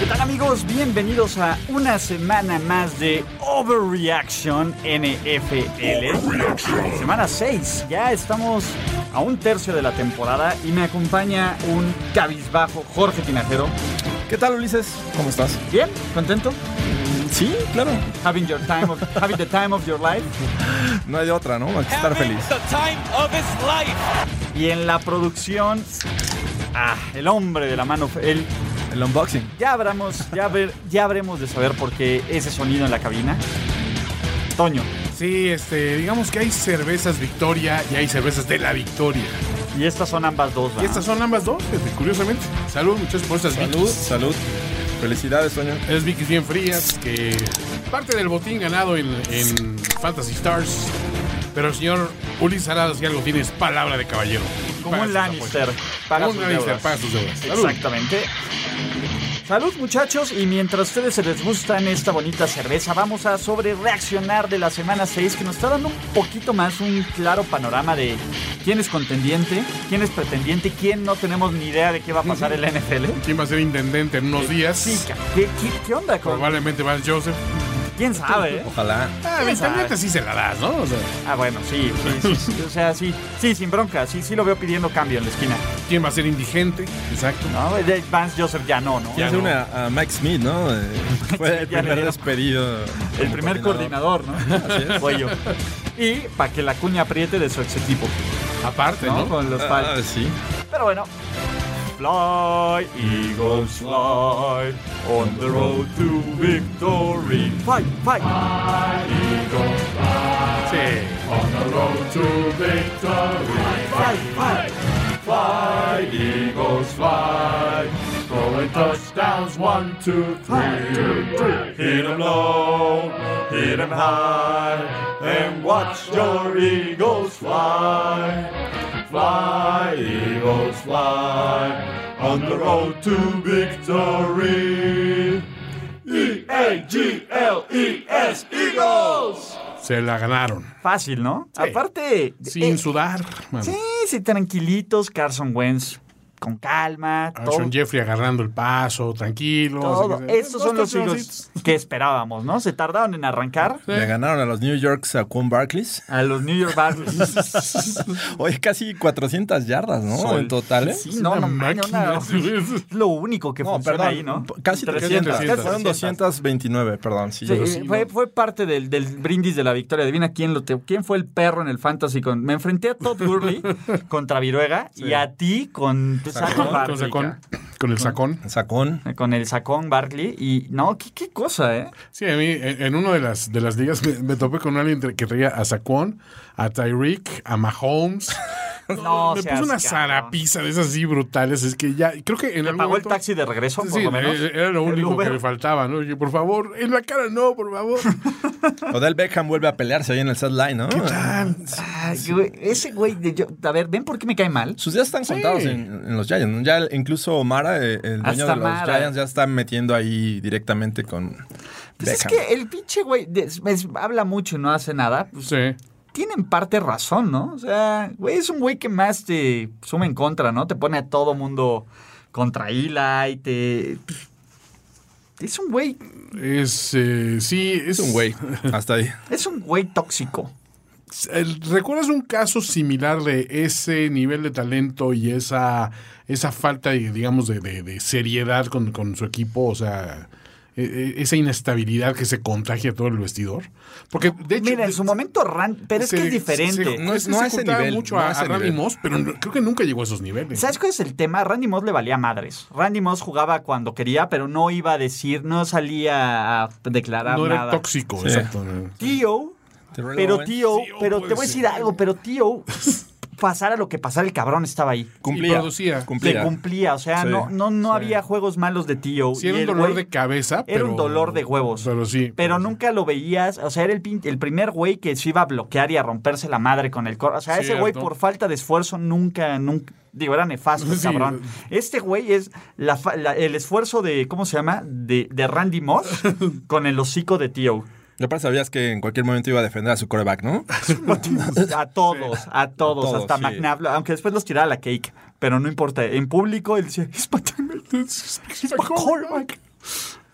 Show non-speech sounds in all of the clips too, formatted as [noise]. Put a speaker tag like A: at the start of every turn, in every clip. A: ¿Qué tal amigos? Bienvenidos a una semana más de Overreaction NFL. Semana 6, ya estamos a un tercio de la temporada y me acompaña un cabizbajo Jorge Tinajero.
B: ¿Qué tal, Ulises? ¿Cómo estás?
A: ¿Bien? ¿Contento?
B: Sí, claro.
A: Having, your time of,
B: [laughs]
A: having the time of your life.
B: No hay de otra, ¿no? Hay
A: [laughs]
B: que estar feliz.
A: Y en la producción, ah, el hombre de la mano, el
B: El unboxing.
A: Ya habremos, ya, ver, ya habremos de saber por qué ese sonido en la cabina. Toño.
C: Sí, este, digamos que hay cervezas Victoria y hay cervezas de la Victoria.
A: Y estas son ambas dos, ¿verdad?
C: Y estas son ambas dos, este, curiosamente. Salud, muchachos, por estas
B: Salud,
C: Vicks.
B: salud. Felicidades, Toño.
C: Esas Vicks bien frías, que parte del botín ganado en, en Fantasy Stars. Pero el señor Ulises Arada, si algo tiene, es palabra de caballero. Y
A: Como
C: paga
A: un
C: sus
A: Lannister.
C: apuestas.
A: Paga
C: Como
A: sus
C: un Lannister,
A: deudas.
C: paga sus deudas. Salud.
A: Exactamente. Salud muchachos y mientras ustedes se les gustan esta bonita cerveza vamos a sobre reaccionar de la semana 6 que nos está dando un poquito más un claro panorama de quién es contendiente, quién es pretendiente, quién no tenemos ni idea de qué va a pasar en la NFL.
C: ¿Quién va a ser intendente en unos días?
A: Sí, ca- ¿qué, qué, qué onda con...?
C: Probablemente va el Joseph.
A: ¿Quién sabe? eh?
B: Ojalá.
C: Ah,
A: ¿Quién
C: eventualmente
A: sabe?
C: sí se la das, ¿no? O sea,
A: Ah, bueno, sí, sí, sí, sí, O sea, sí, sí, sin bronca. Sí, sí lo veo pidiendo cambio en la esquina.
C: ¿quién va a ser indigente? Exacto.
A: ¿No? De Vance Joseph ya no, ¿no?
C: Ya
B: es
C: no.
B: una a Mike Smith, ¿no?
A: [laughs]
B: Eh, Fue el
A: Ya le
B: primer
A: dieron.
B: despedido.
A: El
B: como
A: primer coordinador,
B: [laughs] Así
A: ¿no?
B: es.
A: Fue yo. Y para que la cuña apriete de su ex equipo,
C: Aparte,
A: ¿no?
C: ¿no?
A: Con los
B: Ah,
A: Falcons.
B: sí.
A: Pero bueno. Fly, Eagles, fly, on the road to victory. Fly, fly.
C: Sí.
A: Fly, fly.
C: Se la ganaron.
A: Fácil, ¿no? Aparte.
C: Sin
A: eh,
C: sudar. mano.
A: Sí, sí, tranquilitos, Carson Wentz. Con calma, todo,
C: Alshon Jeffrey agarrando el paso, tranquilo.
A: todo.
C: Así que-
A: Estos son los
C: Dos
A: Eagles
C: touchdowns.
A: que esperábamos, ¿no? Se tardaron en arrancar
B: Le ganaron a los New York Saquon Barclays.
A: a los New York Barclays.
B: Oye, casi 400 yardas, ¿no?
A: Sol.
B: En total, ¿eh?
A: Sí, no, no, man,
C: máquina,
A: una-
C: sí.
A: lo único que funciona ahí, ¿no?
B: Casi 300.
C: 300.
B: Fueron 229, perdón. Sí,
A: Sí, eh,
B: yo-
A: fue, fue parte del, del brindis de la victoria. Adivina quién lo te- quién fue el perro en el fantasy con. Me enfrenté a Todd Gurley contra Viruega y a ti con Saquon
C: Con,
A: Barkley.
C: sacón, con el sacón.
B: Sacón.
A: ca- Con el sacón Barkley. Y no, qué, qué cosa, ¿eh?
C: Sí, a mí en en uno de las, de las ligas me, me topé con alguien entre- que traía a Sacón, a Tyreek, a Mahomes.
A: [laughs] No,
C: me
A: seas
C: puso
A: cabrón.
C: una zarapiza de esas así brutales. Es que ya, creo que en
A: ¿Te
C: algún
A: pagó el
C: momento-
A: taxi de regreso, por
C: Sí,
A: lo menos?
C: era lo
A: ¿El
C: único que
A: Uber?
C: le faltaba, ¿no? Oye, por favor, en la cara no,
A: [laughs]
C: por favor.
B: Odell Beckham vuelve a pelearse ahí en el sideline, ¿no?
A: Ay, güey, Ah, ese güey, de- yo- a ver, ven por qué me cae mal.
B: Sus días están contados en, en los Giants. ¿no? Ya el- incluso Mara, eh, el dueño
A: Hasta
B: de los
A: Mara.
B: Giants, ya está metiendo ahí directamente con
A: Pues es
B: Beckham.
A: que el pinche güey de- es- es- habla mucho y no hace nada. Pues,
C: Sí.
A: tienen parte razón, ¿no? O sea, güey, es un güey que más te suma en contra, ¿no? Te pone a todo mundo contra Eli, te... Es un güey,
C: Es, eh, sí,
B: Es
C: es,
B: un güey.
A: [laughs]
B: Hasta ahí.
A: es un güey tóxico.
C: El- ¿Recuerdas un caso similar de ese nivel de talento y esa, esa falta, de, digamos, de, de- de seriedad con, con su equipo? O sea, e- e- esa inestabilidad que se contagia a todo el vestidor. Porque, de hecho...
A: Mira, en su momento, ran- pero es
C: se-
A: que es diferente.
C: se-
B: No es-
C: se
B: no a ese
C: juntaba
B: nivel,
C: mucho
B: no
C: a,
B: a ese
C: a Randy
B: nivel.
C: Moss, pero no- creo que nunca llegó a esos niveles.
A: ¿Sabes cuál es el tema? Randy Moss le valía madres. Randy Moss jugaba cuando quería, pero no iba a decir, no salía a declarar
C: No era
A: nada.
C: tóxico,
B: Sí.
C: exacto.
A: Tío,
B: Terrell
A: pero
B: Owens.
A: tío,
C: T.O.
A: pero
C: puede
A: te voy a decir
C: ser.
A: algo, pero tío, pasara lo que pasara, el cabrón estaba ahí.
B: Cumplía.
C: Y producía.
B: Cumplía.
A: Le cumplía, o sea,
B: Sí,
A: no, no, no había juegos malos de tío.
C: Sí, era un dolor de cabeza, pero.
A: Era un dolor de huevos.
C: Pero sí.
A: Pero nunca lo veías, o sea, era el, pin- el primer güey que se iba a bloquear y a romperse la madre con el cor. O sea, ese
C: Cierto.
A: güey por falta de esfuerzo nunca, nunca, digo, era
C: [laughs]
A: nefasto, el
C: Sí.
A: cabrón. Este güey es la fa- la- el esfuerzo de, ¿cómo se llama? De, de Randy
C: [laughs]
A: Moss con el hocico de tío.
B: Y aparte sabías que en cualquier momento iba a defender a su
A: [laughs]
B: coreback, ¿no?
A: A todos, a todos,
B: todos,
A: hasta
B: sí.
A: McNabb, aunque después los tiraba a la cake, pero no importa. En público él decía, "Es para-
C: It's [laughs] my
A: my
C: quarterback.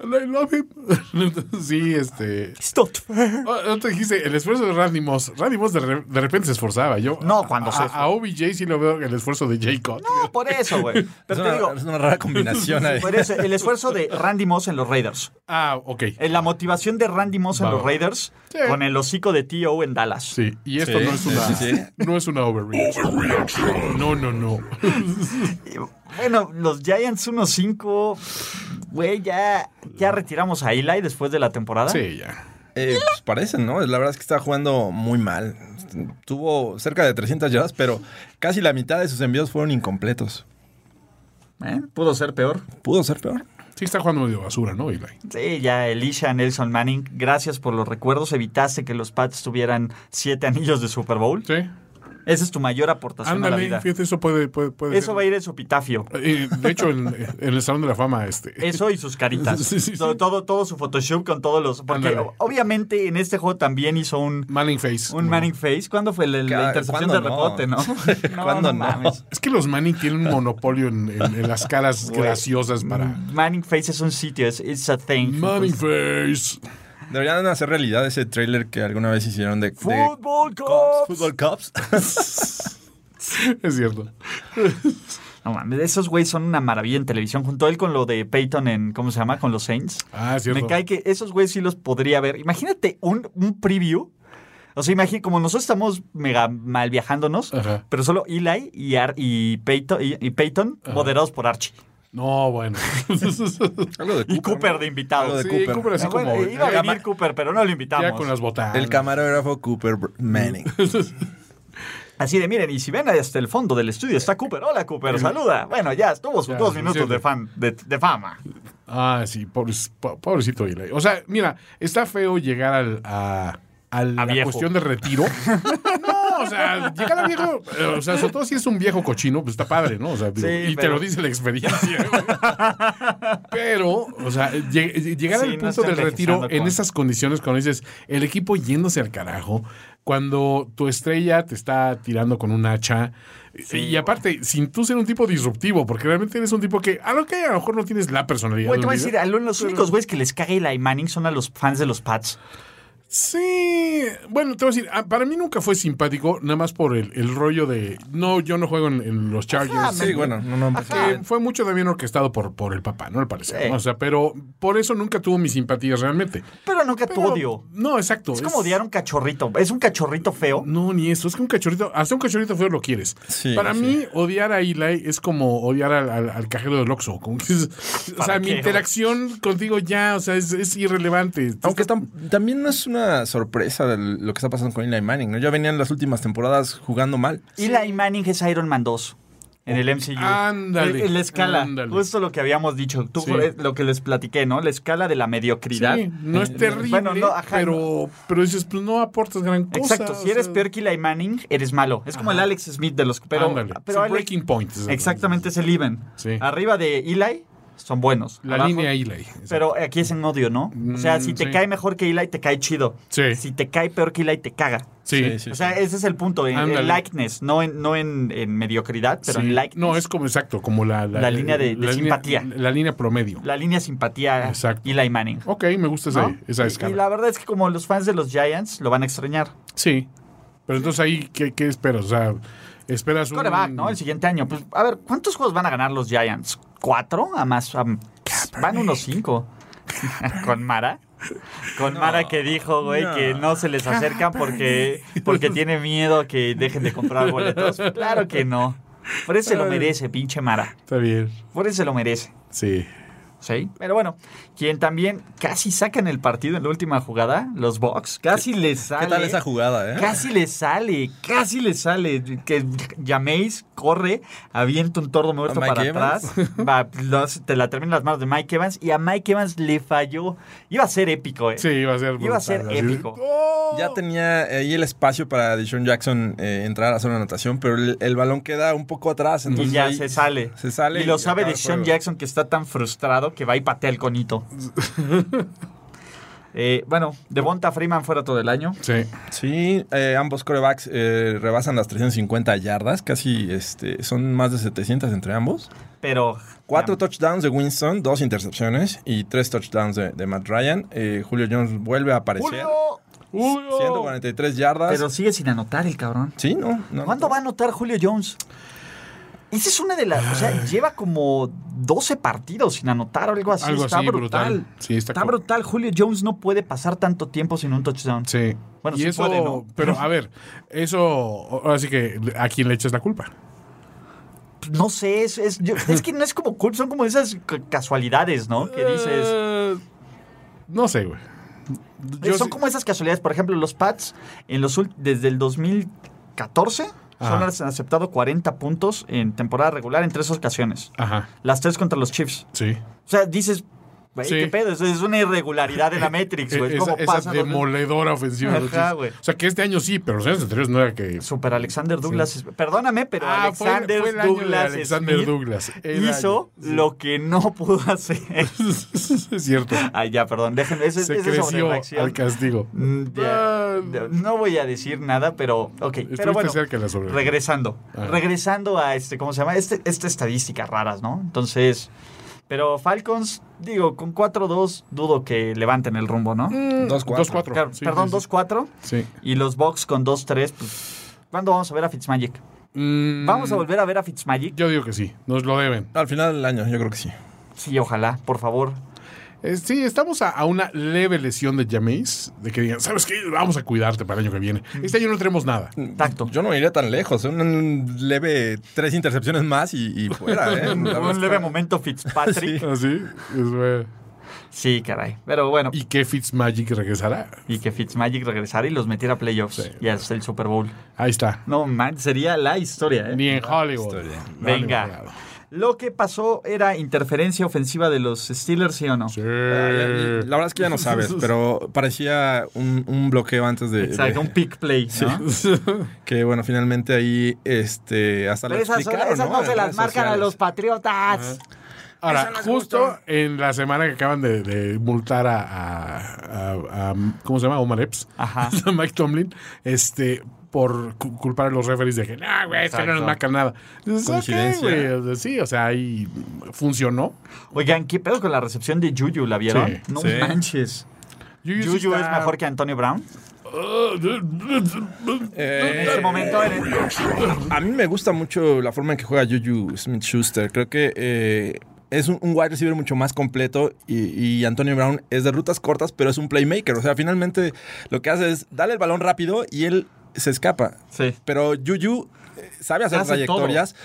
C: And I love him. [laughs] Entonces, sí, este.
A: it's not fair".
C: Ah, No te dijiste, el esfuerzo de Randy Moss. Randy Moss de, re- de repente se esforzaba. Yo,
A: No, cuando
C: a,
A: se-
C: A OBJ sí lo veo el esfuerzo de J. Cott.
A: No, por eso, güey.
B: Es
A: Pero te
B: una, [laughs]
A: digo,
B: es una rara combinación ahí.
A: [laughs] por eso, el esfuerzo de Randy Moss en los Raiders.
C: Ah, ok.
A: En la motivación de Randy Moss en
C: Va.
A: los Raiders
C: Sí.
A: con el hocico de T.O. en Dallas.
C: Sí, y esto
B: Sí,
C: no es
B: sí,
C: una,
B: sí, sí.
C: no es una overreaction. No, no, no.
A: Y, Bueno, los Giants 1-5, güey, ya, ya retiramos a Eli después de la temporada.
C: Sí, ya.
B: Eh, pues parece, ¿no? La verdad es que está jugando muy mal. Tuvo cerca de 300 yardas, pero casi la mitad de sus envíos fueron incompletos.
A: ¿Eh? Pudo ser peor.
B: ¿Pudo ser peor?
C: Sí está jugando medio basura, ¿no, Eli?
A: Sí, ya Elisha Nelson Manning, gracias por los recuerdos. Evitaste que los Pats tuvieran siete anillos de Super Bowl.
C: Sí.
A: Esa es tu mayor aportación a la
C: Ándale,
A: vida.
C: fíjate, eso puede, puede, puede
A: Eso
C: ser.
A: va a ir en su
C: [laughs]
A: epitafio.
C: Eh, de hecho, en, en el Salón de la Fama, este.
A: Eso y sus caritas.
C: Sí, sí, sí.
A: Todo, todo, todo su Photoshop con todos los. Porque
C: Ándale.
A: obviamente en este juego también hizo un.
C: Manning Face.
A: Un Manning Face. ¿Cuándo fue la, la
B: Ca-
A: intercepción de
B: ¿cuándo no?
A: rebote, no?
B: [laughs]
A: No,
B: ¿Cuándo no?
A: mames.
C: Es que los Manning tienen un monopolio en, en- en las caras graciosas para.
A: Manning Face es un sitio, es it's a thing. Pues,
C: Manning Face.
B: Deberían hacer realidad ese trailer que alguna vez hicieron de... de
A: Football
B: Cubs,
A: Cups.
B: Football Cups.
C: Es cierto.
A: No mames, esos güeyes son una maravilla en televisión. Junto a él con lo de Peyton en, ¿cómo se llama? Con los Saints.
C: Ah, es cierto.
A: Me cae que esos güeyes sí los podría ver. Imagínate un, un preview. O sea, imagínate, como nosotros estamos mega mal viajándonos,
C: Ajá.
A: pero solo Eli y, Ar- y Peyton, y, y Peyton moderados por Archie.
C: No, bueno. ya
B: Algo de
A: [laughs] Y Cooper
B: ¿no?
A: de invitado.
B: Algo de
C: Sí,
B: Cooper.
C: Cooper así
A: Ah, bueno,
C: como-
A: iba a
C: ya-
A: venir Cooper, pero no lo invitamos.
C: con las botas.
B: El camarógrafo Cooper Br- [laughs] Manning.
A: Así de, miren, y si ven hasta el fondo del estudio está Cooper. Hola, Cooper, saluda. Bueno, ya estuvo sus
C: Ya,
A: dos
C: sí,
A: minutos
C: cierto.
A: de, fan, de, de fama.
C: Ah, sí, pobre- po- pobrecito Eli. O sea, mira, está feo llegar al, a, a la
A: viejo.
C: cuestión de retiro. no, o sea, llegar a viejo, eh, o sea, sobre todo si es un viejo cochino, pues está padre, ¿no? O sea, digo,
A: Sí,
C: y te
A: pero-
C: lo dice la experiencia. güey. pero, o sea, lleg- llegar
A: Sí,
C: al
A: no
C: punto
A: está
C: del retiro
A: envejeciendo
C: en
A: con-
C: esas condiciones, cuando dices el equipo yéndose al carajo, cuando tu estrella te está tirando con un hacha. eh, y aparte, sin tú ser un tipo disruptivo, porque realmente eres un tipo que a lo que a lo mejor no tienes la personalidad.
A: Güey, te
C: de un
A: voy a
C: líder.
A: decir, a lo- los únicos güeyes que les caga Eli Manning son a los fans de los Pats.
C: Sí, bueno, te voy a decir, ah, para mí nunca fue simpático, nada más por el, el rollo de, no, yo no juego en, en los
A: Ah,
C: Chargers.
B: Sí, bueno, no, no.
C: Que fue mucho también orquestado por, por el papá, ¿no? Al parecer.
A: Sí.
C: ¿no? O sea, pero por eso nunca tuvo mis simpatías realmente.
A: Pero nunca tu
C: Pero-
A: odio.
C: No, exacto.
A: Es como odiar a un cachorrito. Es un cachorrito feo.
C: No, ni eso. Es que un cachorrito, hasta un cachorrito feo lo quieres.
B: Sí,
C: Para
B: sí.
C: mí, odiar a Eli es como odiar al, al- al cajero del Oxxo. Como que es- O sea,
A: ¿Para
C: mi
A: qué?
C: interacción contigo ya, o sea, es, es irrelevante.
B: Aunque tam- también no es una sorpresa lo que está pasando con Eli Manning, ¿no? Ya venían las últimas temporadas jugando mal.
A: Eli Manning es Iron Man 2 en el MCU.
C: Ándale,
A: En la escala.
C: ándale.
A: Justo lo que habíamos dicho. Tú,
C: Sí.
A: eh, Lo que les platiqué, ¿no? La escala de la mediocridad.
C: Sí, no es terrible,
A: Bueno, no, ajá,
C: pero, pero dices, pues no aportas gran cosa.
A: Exacto, si
C: o
A: eres
C: sea,
A: peor que Eli Manning, eres malo. Es como el Alex Smith de los... Pero,
C: ándale,
A: pero
C: es
A: Alex-
C: un breaking point. es-
A: Exactamente, es el even.
C: Sí.
A: Arriba de Eli, son buenos.
C: La
A: Abajo-
C: línea Eli.
A: Pero aquí es en odio, ¿no? O sea, si te
C: sí.
A: cae mejor que Eli, te cae chido.
C: Sí.
A: Si te cae peor que Eli, te caga.
C: sí.
B: Sí, sí.
A: O sea, ese es el punto, en,
C: Ándale.
A: en likeness, no en, no en, en mediocridad, pero
C: sí.
A: en likeness.
C: No, es como exacto, como la,
A: La línea de- de
C: línea-
A: simpatía.
C: la línea promedio.
A: La línea simpatía
C: Exacto.
A: Eli Manning.
C: Ok, me gusta esa,
A: ¿no?
C: esa
A: Y-
C: escala.
A: Y la verdad es que como los fans de los Giants lo van a extrañar.
C: Sí. Pero entonces ahí, ¿qué, qué esperas? O sea, esperas un.
A: Coreback, ¿no? El siguiente año. Pues, a ver, ¿cuántos juegos van a ganar los Giants? ¿Cuatro? A más. a- van unos cinco. [laughs] ¿Con Mara? Con Mara que dijo, güey,
B: no.
A: que no se les acercan porque, porque tiene miedo que dejen de comprar
C: [laughs]
A: boletos. Claro que no. Por eso se lo merece, pinche Mara.
C: Está bien.
A: Por eso se lo merece.
C: Sí.
A: Sí, pero bueno, quien también casi sacan el partido en la última jugada, los Bucks, casi les sale.
B: ¿Qué tal esa jugada, eh?
A: Casi le sale, casi le sale. Que llaméis, corre, avienta un tordo muerto
B: ¿A
A: para
B: Mike Evans?
A: atrás. Va, los- te la termina en las manos de Mike Evans y a Mike Evans le falló. Iba a ser épico, ¿eh?
C: Sí, iba a ser
A: Iba a ser
C: brutal, así de-
A: épico.
B: Ya tenía ahí el espacio para Deshaun Jackson eh, entrar a la zona de anotación, pero el, el balón queda un poco atrás.
A: Y
B: entonces
A: ya
B: ahí
A: se sale.
B: Se sale.
A: Y lo sabe de
B: acaba el
A: Sean
B: juego.
A: Jackson que está tan frustrado que va y patea el
B: [laughs]
A: conito. Eh, bueno, Devonta Freeman fuera todo el año.
C: Sí.
B: Sí, eh, ambos corebacks eh, rebasan las 350 yardas, casi este, son más de 700 entre ambos.
A: Pero.
B: Cuatro
A: Ya,
B: touchdowns de Winston, dos intercepciones y tres touchdowns de, de Matt Ryan. Eh, Julio Jones vuelve a aparecer.
A: Julio,
B: 143 yardas.
A: Pero sigue sin anotar el cabrón.
B: sí, no. no
A: ¿Cuándo va a anotar Julio Jones? Esa es una de las. O sea, lleva como 12 partidos sin anotar o algo así.
C: Algo
A: está
C: así,
A: brutal.
C: brutal. Sí, está co-
A: brutal. Julio Jones no puede pasar tanto tiempo sin un touchdown.
C: Sí.
A: Bueno,
C: y
A: sí
C: eso,
A: puede, ¿no?
C: pero a ver, eso, ahora sí que a quién le echas la culpa.
A: No sé, es, es- yo- es que no es como cool, son como esas c- casualidades, ¿no? Que dices.
C: Eh, no sé, güey. Yo
A: son
C: sí-
A: como esas casualidades. Por ejemplo, los Pats, en los, ult- desde el 2014, solo
C: Ajá.
A: han aceptado 40 puntos en temporada regular en tres ocasiones.
C: Ajá,
A: Las tres contra los Chiefs.
C: sí.
A: O sea, dices, güey,
C: Sí.
A: qué pedo, es, es una irregularidad
C: [laughs]
A: en la Matrix, güey.
C: Eh,
A: Es
C: esa
A: como
C: esa
A: pasa. los-
C: demoledora ofensiva. de los
A: Ajá,
C: Chiefs.
A: güey.
C: O sea, que este año sí, pero los años anteriores no era que...
A: Super Alexander Douglas. Perdóname, pero
C: Ah, fue-
A: Alexander
C: fue el año de
A: Douglas.
C: Alexander
A: Smith
C: Douglas. El
A: hizo
C: año, sí. [laughs]
A: lo que no pudo hacer.
C: es cierto.
A: Ay, ya, perdón, déjenme. Ese,
C: Se
A: ese es
C: creció
A: sobrereacción.
C: al castigo.
A: Mm, ya,
C: Ah,
A: ya, no voy a decir nada, pero. Ok,
C: Estuviste
A: pero bueno.
C: cerca de la sobre.
A: Regresando.
C: Ah.
A: Regresando a este, ¿cómo se llama? Este, esta estadísticas raras, ¿no? Entonces. Pero Falcons, digo, con 4-2, dudo que levanten el rumbo, ¿no?
B: Dos, cuatro.
C: 2-4.
A: Claro,
C: Sí,
A: perdón,
C: sí, sí.
A: 2-4.
C: Sí.
A: Y los Bucks con 2-3. Pues, ¿Cuándo vamos a ver a Fitzmagic?
C: Mm,
A: ¿Vamos a volver a ver a Fitzmagic?
C: Yo digo que sí, nos lo deben.
B: Al final del año, yo creo que sí.
A: Sí, ojalá, por favor.
C: Eh, sí, estamos a, a una leve lesión de Jameis, de que digan, ¿sabes qué? Vamos a cuidarte para el año que viene.
A: Mm.
C: Este año no tenemos nada.
A: Tacto.
B: Yo no iría tan lejos. Un, un leve tres intercepciones más y, y
A: [laughs]
B: fuera, ¿eh? La verdad es
A: Un
B: que-
A: leve momento
C: [laughs]
A: Fitzpatrick. sí.
C: Así Ah, es, güey.
A: caray. Pero bueno.
C: Y que Fitzmagic regresará.
A: Y que Fitzmagic regresara y los metiera a playoffs y hasta el Super Bowl.
C: Ahí está.
A: No, man, sería la historia, ¿eh?
C: Ni en Hollywood.
B: Historia.
C: No,
A: Venga.
C: ni en Hollywood.
A: Lo que pasó era interferencia ofensiva de los Steelers, ¿sí o no?
C: Sí.
A: Eh.
B: La verdad
A: [laughs]
B: es que ah, ya no sabes, pero parecía un, un bloqueo antes de,
A: Exacto,
B: de-
A: un pick play, ¿no?
B: que bueno, finalmente ahí este hasta
A: Pero
B: le
A: esas,
B: explicaron,
A: esas no
B: En
A: se las
B: redes
A: marcan a
B: sociales.
A: los Patriotas.
C: Ahora, justo en la semana que acaban de, de multar a, a- a- a- ¿Cómo se llama? Omar Epps.
A: Ajá.
C: [laughs] A Mike Tomlin. Este. Por cu- culpar a los referees de que, no, güey, es que no nos
A: Exacto.
C: marcan nada. Dices, "Ok,
B: Coincidencia.
C: güey". O sea, Sí, o sea, ahí funcionó.
A: Oigan, ¿qué pedo con la recepción de Juju? ¿La vieron?
C: Sí,
A: no
B: sí.
A: manches.
C: Yuyu sí
A: Juju es
C: está-
A: mejor que Antonio Brown. En
B: Eh,
A: este momento, en el-
B: a mí me gusta mucho la forma en que juega Juju Smith Schuster. Creo que eh, es un, un wide receiver mucho más completo y, y Antonio Brown es de rutas cortas, pero es un playmaker. O sea, finalmente lo que hace es darle el balón rápido y él se escapa.
A: sí.
B: Pero Juju eh, sabe hacer
A: Hace
B: trayectorias,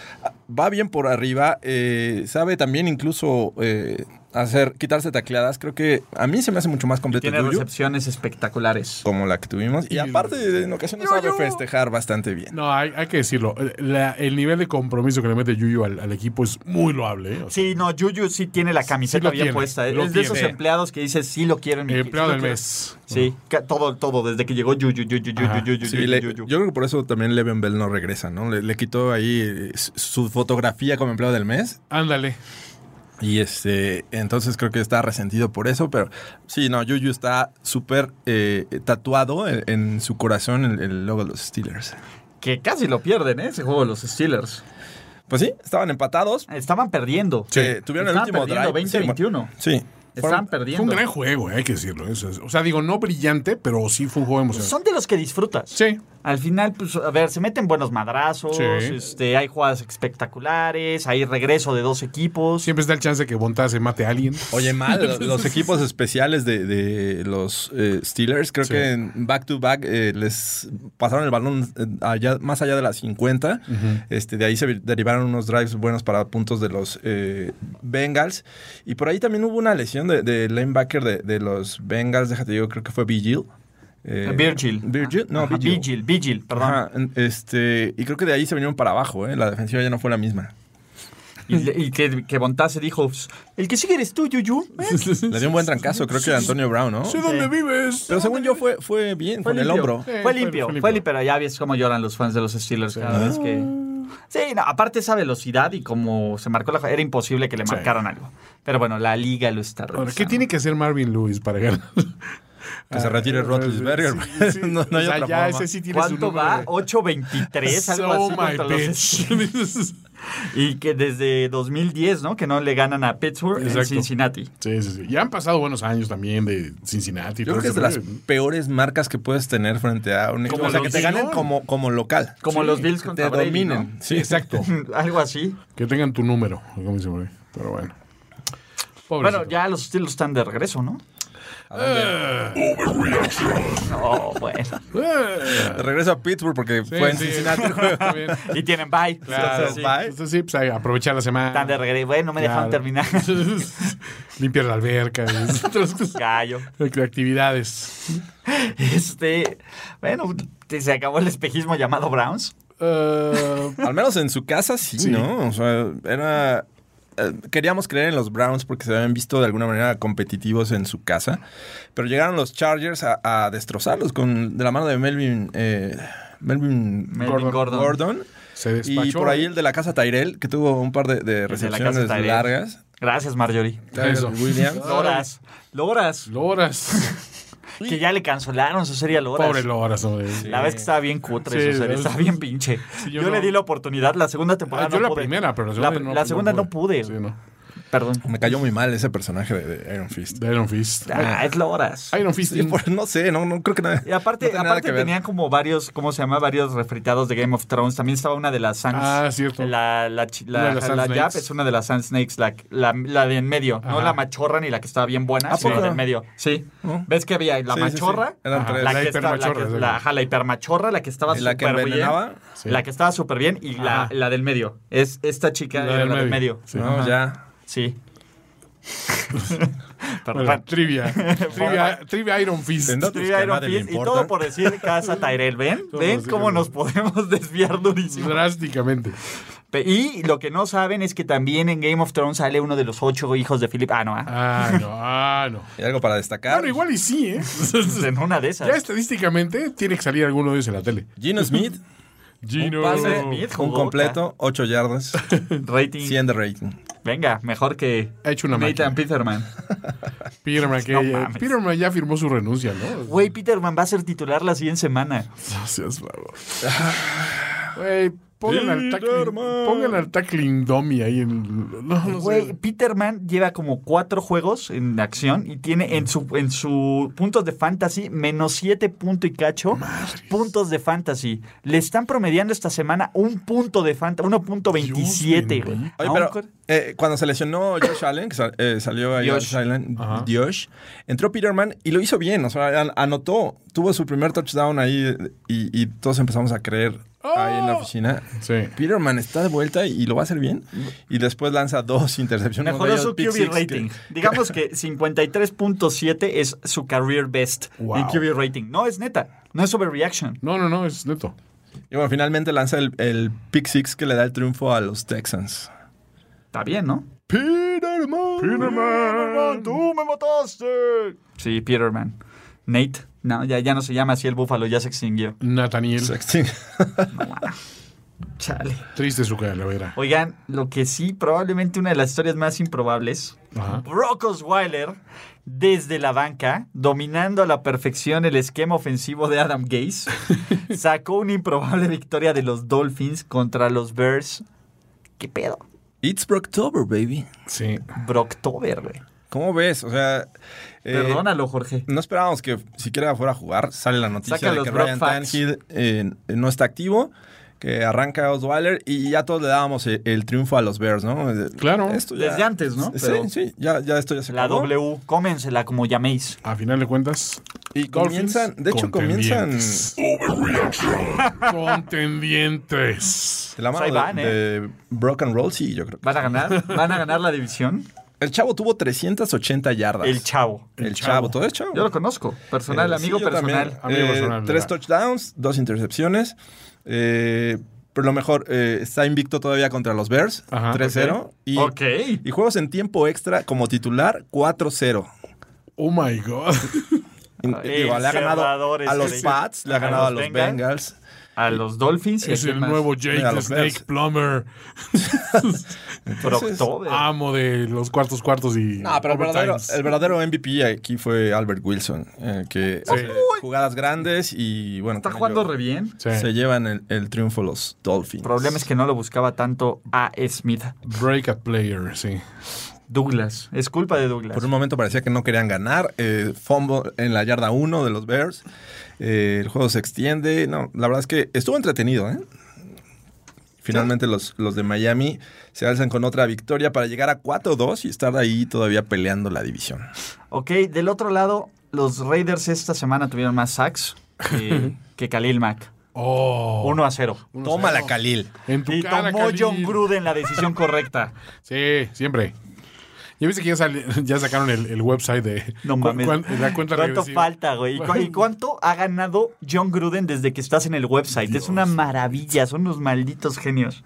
B: va bien por arriba, eh, sabe también incluso eh, hacer quitarse tacleadas. Creo que a mí se me hace mucho más completo
A: Tiene
B: Juju,
A: recepciones espectaculares.
C: Oh.
B: como la que tuvimos. Y aparte, en ocasiones sabe festejar bastante bien.
C: [laughs] No, hay, hay que decirlo. La- el nivel de compromiso que le mete Yuyu al, al equipo es muy loable. ¿eh? O sea,
A: Sí, no, Juju sí tiene la camiseta
C: lo
A: bien
C: tiene,
A: puesta. Es
C: lo
A: de esos
C: tiene.
A: empleados que dices, sí lo quiero en mi sí
C: Empleado
A: lo
C: del
A: quiero.
C: mes.
A: Sí, ca- todo, todo, desde que llegó Juju, Juju, Juju,
C: Ajá.
A: Juju, Juju,
B: Sí, le-
A: Juju.
B: yo creo que por eso también Leven Bell no regresa, ¿no? Le, le quitó ahí eh, su- su fotografía como empleado del mes.
C: Ándale.
B: Y este, entonces creo que está resentido por eso, pero sí, no, Juju está súper eh, tatuado en, en su corazón el, el logo de los Steelers.
A: Que casi lo pierden, ¿eh? Ese juego de los Steelers.
B: Pues sí, estaban empatados.
A: Estaban perdiendo.
B: Eh, tuvieron el
A: Estaban perdiendo,
B: último drive.
A: 20-21.
B: Sí, bueno, sí.
A: Estaban
C: Fue un
A: perdiendo.
C: gran juego, ¿eh? hay que decirlo. Eso es- o sea, digo, no brillante, pero sí fue un juego emocionante.
A: Son de los que disfrutas.
C: Sí.
A: Al final, pues, a ver, se meten buenos madrazos,
C: Sí.
A: este, hay jugadas espectaculares, hay regreso de dos equipos.
C: Siempre está el chance de que Bonta se mate a alguien.
B: Oye, mal, lo- los, equipos especiales de, de los eh, Steelers, creo
C: Sí.
B: que en back to back eh, les pasaron el balón eh, allá, más allá de las 50. este, de ahí se derivaron unos drives buenos para puntos de los eh, Bengals. Y por ahí también hubo una lesión de, de linebacker de, de los Bengals, déjate digo, creo que fue Vigil. Eh,
A: Virgil.
B: Virgil, no,
A: Ajá,
B: Vigil.
A: Vigil, Vigil, perdón.
B: Ajá, en- este, y creo que de ahí se vinieron para abajo, ¿eh? la defensiva ya no fue la misma.
A: Y, le- y que, que Bontá se dijo, "Pues, el que sigue eres tú,
B: [laughs]
A: Yuyu. ¿eh?
B: Le dio un buen trancazo, creo que a Antonio Brown, ¿no?
C: Sé dónde vives.
B: Pero según yo fue, fue bien,
A: Fue
B: con el
A: limpio.
B: hombro.
A: Fue,
C: Sí, fue-
A: limpio,
C: fue limpio.
A: fue limpio. Pero Ya ves cómo lloran los fans de los Steelers cada vez que... Sí, no, aparte esa velocidad y cómo se marcó la... jugada, Era imposible que le
C: Sí.
A: marcaran algo. Pero bueno, la liga lo está revisando.
C: Ahora, ¿qué tiene que hacer Marvin Lewis para ganar?
B: Que se retire Roethlisberger.
C: Sí, sí.
B: [laughs] No, no hay
C: O sea,
B: otra
C: ya
B: forma.
C: ese sí tiene su
A: ¿Cuánto
C: número
A: va? [laughs]
C: de-
A: 8.23, algo
C: So
A: así.
C: my
A: contra los
C: bitch.
A: Steelers. Y que desde 2010, ¿no? Que no le ganan a Pittsburgh en
C: Exacto.
A: Cincinnati.
C: [laughs]
A: [laughs]
C: Sí, sí, sí. Ya han pasado buenos años también de Cincinnati. y
B: Yo creo
C: todo
B: que es
C: ese
B: de las
C: rollo, ¿no?
B: peores marcas que puedes tener frente a un equipo.
A: Como
B: O sea, que
A: los
B: te ganen
C: León.
B: como, como local.
A: Como los Bills
B: Que
A: contra
B: te
A: Brady,
B: dominen.
A: ¿no?
B: Sí,
C: Exacto.
A: Algo así.
C: que tengan tu número, como dice por ahí. Pero bueno. Pobrecito.
A: Bueno, ya los Steelers están de regreso, ¿no? Eh. No, bueno.
C: Eh,
B: De [laughs] regreso a Pittsburgh porque fue en
C: sí,
B: Cincinnati.
C: [laughs] está bien.
A: Y tienen bye.
C: Claro.
B: Sí, bye.
C: Entonces, sí, pues ahí, aprovechar la semana.
A: Están de regreso. Bueno, no me dejaron
C: Claro.
A: terminar.
C: [laughs]
A: [laughs]
C: Limpiar la alberca. y otras cosas.
A: Gallo.
C: Actividades.
A: Este, bueno, te- se acabó el espejismo llamado Browns.
C: Eh,
B: Al menos en su casa sí,
C: Sí.
B: ¿no? O sea, era. eh, Queríamos creer en los Browns porque se habían visto de alguna manera competitivos en su casa, pero llegaron los Chargers a, a destrozarlos con de la mano de Melvin, eh, Melvin
A: Melvin Gordon.
B: Gordon.
C: se despachó.
B: Y por ahí el de la casa Tyrell, que tuvo un par de, de recepciones
A: casa Tyrell.
B: largas.
A: Gracias, Marjorie.
C: Eso.
B: Tyrell Williams.
A: [laughs] Loras. [laughs] Loras.
C: Loras.
A: Que ya le cancelaron su serie a Loras.
C: Pobre Loras, hombre.
A: La vez que estaba bien cutre
C: Sí,
A: su serie,
C: es-
A: estaba bien pinche. yo
C: yo
A: le
C: no-
A: di la oportunidad, la segunda temporada
C: Ah, yo
A: no
C: la
A: pude.
C: primera, pero
A: La-
C: la segunda,
A: la segunda no pude.
C: Sí, no.
A: Perdón.
B: Me cayó muy mal ese personaje de, de Iron Fist.
C: De Iron Fist.
A: Ah, es Loras.
C: Iron Fist.
B: Sí, por- no sé, no, no creo que nada.
A: Y aparte,
B: no tiene nada
A: aparte
B: que ver.
A: tenían como varios, ¿cómo se llama? Varios refritados de Game of Thrones. También estaba una de las Sans.
C: Ah, cierto.
A: La, la, chi-
C: Una
A: la,
C: de las
A: la
C: Sand
A: Yap
C: Snakes.
A: es una de las Sand Snakes, la, la, la de en medio. No
C: Ajá.
A: la machorra ni la que estaba bien buena,
B: ¿A
A: sino la
B: poco?
A: de en medio. Sí.
B: ¿No?
A: ¿Ves que había la
B: Sí, sí, sí.
A: machorra?
B: Eran
C: Ajá.
B: tres.
A: La,
C: La
A: que estaba- la,
C: hipermachorra,
A: que-
C: sí.
A: la- ajá, la hipermachorra, la que estaba
B: La que
A: súper bien.
B: envenenaba.
C: Sí.
A: La que estaba súper bien y la,
C: Ajá.
A: la del medio. Es esta chica
C: La
A: era
C: del
A: la del
C: medio.
A: medio.
C: Sí.
B: No,
C: Ajá.
B: ya.
A: Sí.
C: [laughs]
A: Perdón.
C: Bueno,
A: [laughs]
C: trivia. trivia. Trivia Iron Fist.
B: Tendrá-
A: Sí,
B: Pues que a
A: Iron
B: nadie le
A: Fist, y
B: importa.
A: todo por decir casa Tyrell. ¿Ven?
C: Todo
A: ¿Ven
C: por
A: cómo
C: decir-
A: nos podemos [laughs] desviar durísimo?
C: Drásticamente.
A: Pe- Y lo que no saben es que también en Game of Thrones sale uno de los ocho hijos de Philip. Ah, no, ah.
C: Ah, no, ah, no.
B: Y algo para destacar.
C: Bueno, igual y sí, ¿eh?
A: [laughs]
C: [laughs]
A: en una de esas.
C: Ya estadísticamente tiene que salir alguno de ellos en la tele.
B: Gino
A: [laughs]
B: Smith,
C: Gino.
A: pase. Smith
B: un
A: jugó,
B: completo, 8 yardas,
A: Rating.
B: 100 de rating.
A: Venga, mejor que
C: Ha hecho una
A: Nathan
C: máquina.
A: Peterman.
C: Peterman, que
A: No
C: ya-
A: mames.
C: Peterman ya firmó su renuncia, ¿no?
A: Güey, Peterman va a ser titular la siguiente semana.
C: No seas bravo. Ah, Güey, pongan al tackling,
B: Peterman.
C: pongan al tackling dummy ahí en. No, no
A: Güey,
C: sé.
A: Peterman lleva como cuatro juegos en acción y tiene en su, en su puntos de fantasy menos siete punto y cacho puntos de fantasy. Le están promediando esta semana un punto de fantasy, 1.27,
C: Dios
A: güey.
C: bendito.
B: Oye,
A: A un
B: pero
A: cor-
B: eh, cuando se lesionó Josh Allen, que sa- eh, salió ahí
A: Josh.
B: Josh Allen,
C: Ajá.
B: Josh, entró Peterman y lo hizo bien, o sea, an- anotó, tuvo su primer touchdown ahí eh, y, y todos empezamos a creer ahí
A: ¡Oh!
B: en la oficina.
C: Sí.
B: Peterman está de vuelta y lo va a hacer bien. Y después lanza dos [laughs] intercepciones.
A: Mejoró
B: Uno de
A: su
B: ellos,
A: QB
B: pick six,
A: rating.
B: que-
A: [laughs] Digamos que 53.7 es su career best
C: Wow.
A: en QB rating. No, es neta. No es overreaction.
C: No, no, no, es neto.
B: Y bueno, finalmente lanza el, el pick six que le da el triunfo a los Texans.
A: Está bien, ¿no?
B: Peterman.
C: Peterman.
A: ¡Tú me mataste! Sí, Peterman. Nate. No, ya, ya no se llama así el búfalo, ya se extinguió.
B: [laughs]
C: Nathaniel.
B: Sexting.
A: Chale.
C: Triste su calavera.
A: Oigan, lo que sí, probablemente una de las historias más improbables.
C: Ajá.
A: Brock Osweiler, desde la banca, dominando a la perfección el esquema ofensivo de Adam Gase, sacó una improbable victoria de los Dolphins contra los Bears. ¿Qué pedo?
B: It's Brocktober, baby.
C: Sí.
A: Brocktober, güey.
B: ¿Cómo ves? O sea. eh,
A: Perdónalo, Jorge.
B: No esperábamos que siquiera fuera a jugar. Sale la noticia
A: Saca
B: de
A: los
B: que
A: Brock
B: Brian
A: facts.
B: Tannehill eh, no está activo, que arranca Osweiler y ya todos le dábamos el, el triunfo a los Bears, ¿no? Eh,
C: Claro.
B: Esto
A: Desde antes, ¿no?
B: Sí,
A: Pero-
B: sí, ya, ya esto ya se
A: La
B: acabó.
A: W, cómensela como llaméis.
C: A final de cuentas,
B: Y comienzan, de hecho comienzan
C: contendientes. contendientes.
B: de la mano
A: Ahí
B: de,
A: van, ¿eh?
B: de Brock and Roll, sí, yo creo. que-
A: ¿Van a ganar? ¿Van a ganar la división?
B: El chavo tuvo 380 yardas.
A: El chavo.
B: El chavo, todo el chavo.
A: Yo lo conozco. Personal,
B: Eh, sí,
A: amigo
B: yo
A: personal.
B: también.
C: Amigo
B: Eh,
C: personal,
B: Tres
C: ¿verdad?
B: touchdowns, dos intercepciones. Eh, pero lo mejor, eh, está invicto todavía contra los Bears,
C: Ajá,
B: 3-0. Y,
A: ok.
B: y juegos en tiempo extra como titular, 4-0.
C: Oh my
B: [laughs]
C: God.
B: Y-
A: Ay,
B: digo, le ha ganado
A: cerradores,
B: a los
A: sí.
B: Pats, le ha
A: A
B: ganado a
A: los
B: los
A: Bengals.
B: Bengals.
A: A los Dolphins y
C: Es
A: a
C: el
A: quién más?
C: nuevo Jake
B: Mira,
C: the
B: los
C: Snake
B: Bears.
C: Plumber.
B: Entonces-
A: Proctober.
C: Amo de los cuartos cuartos y.
A: Mm,
B: No, Ah, pero el verdadero,
C: overtimes.
B: el verdadero MVP aquí fue Albert Wilson, eh, que hace jugadas grandes y bueno,
A: Está
B: con
A: jugando
B: ello
A: re bien.
C: Sí.
B: se llevan el, el triunfo los Dolphins.
A: El problema es que no lo buscaba tanto a Smith.
C: Break a player, sí.
A: Douglas. Es culpa de Douglas.
B: Por un momento parecía que no querían ganar. Eh, fumble en la yarda 1 de los Bears. Eh, el juego se extiende. No, la verdad es que estuvo entretenido, ¿eh? Finalmente los, los de Miami se alzan con otra victoria para llegar a 4-2 y estar ahí todavía peleando la división.
A: Ok, del otro lado, los Raiders esta semana tuvieron más sacks que, que Khalil Mack.
C: Oh.
A: 1 a 0.
B: Toma la Khalil.
C: En tu
A: Y
C: cara,
A: tomó
C: Khalil.
A: John Gruden la decisión correcta.
C: Sí, siempre. Ya viste que ya, sali- [laughs] ya sacaron el, el website de
A: No
C: cu-
A: mames.
C: cuan- la
A: ¿Cuánto
C: cuenta regresiva.
A: falta, güey? ¿Y, cu-
C: [laughs]
A: y cuánto ha ganado John Gruden desde que estás en el website? Es una maravilla, son unos malditos genios.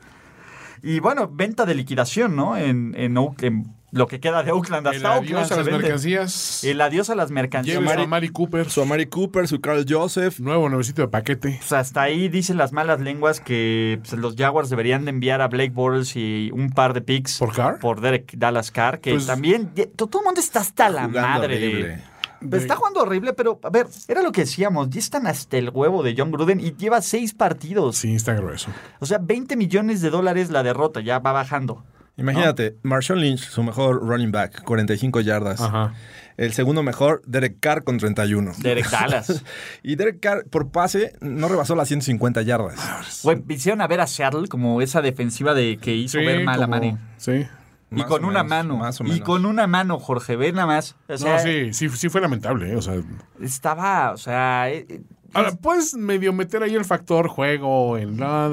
A: Y bueno, venta de liquidación, ¿no? En, en, Oak- en lo que queda de Oakland
C: El
A: hasta Oakland.
C: adiós a
A: se
C: las
A: vende.
C: mercancías.
A: El adiós a las mercancías.
C: Lleves a Mari Cooper.
B: Su Amari Cooper, su Carl Joseph.
C: Nuevo nuevecito de paquete.
A: Pues hasta ahí dicen las malas lenguas que pues, los Jaguars deberían de enviar a Blake Bortles y un par de picks
C: ¿Por Carr?
A: por Derek Dallas Carr, que
C: Pues-
A: también ya- to- todo el mundo está hasta la
B: jugando
A: madre de-
B: horrible.
A: Pues Está jugando horrible, pero a ver, era lo que decíamos, ya están hasta el huevo de John Gruden y lleva seis partidos.
C: Sí, está grueso.
A: O sea, 20 millones de dólares la derrota, ya va bajando.
B: Imagínate, Marshall Lynch, su mejor running back, 45 yardas.
C: Ajá.
B: El segundo mejor, Derek Carr con 31.
A: Derek
C: [laughs]
A: Dallas.
B: [laughs] Y Derek Carr, por pase, no rebasó las 150 yardas.
A: Güey, hicieron a ver a Seattle como esa defensiva de que hizo
C: Sí,
A: ver mal a
C: como-
A: Manning.
C: Sí.
A: Y
B: Más
A: con
B: o
A: una
B: menos,
A: mano.
B: más o
A: Y
B: menos.
A: con una mano, Jorge, ve nada más. O sea,
C: no, sí, sí, sí fue lamentable, ¿eh? O sea.
A: estaba, o sea, eh, eh,
C: Ahora, puedes medio meter ahí el factor juego, en la,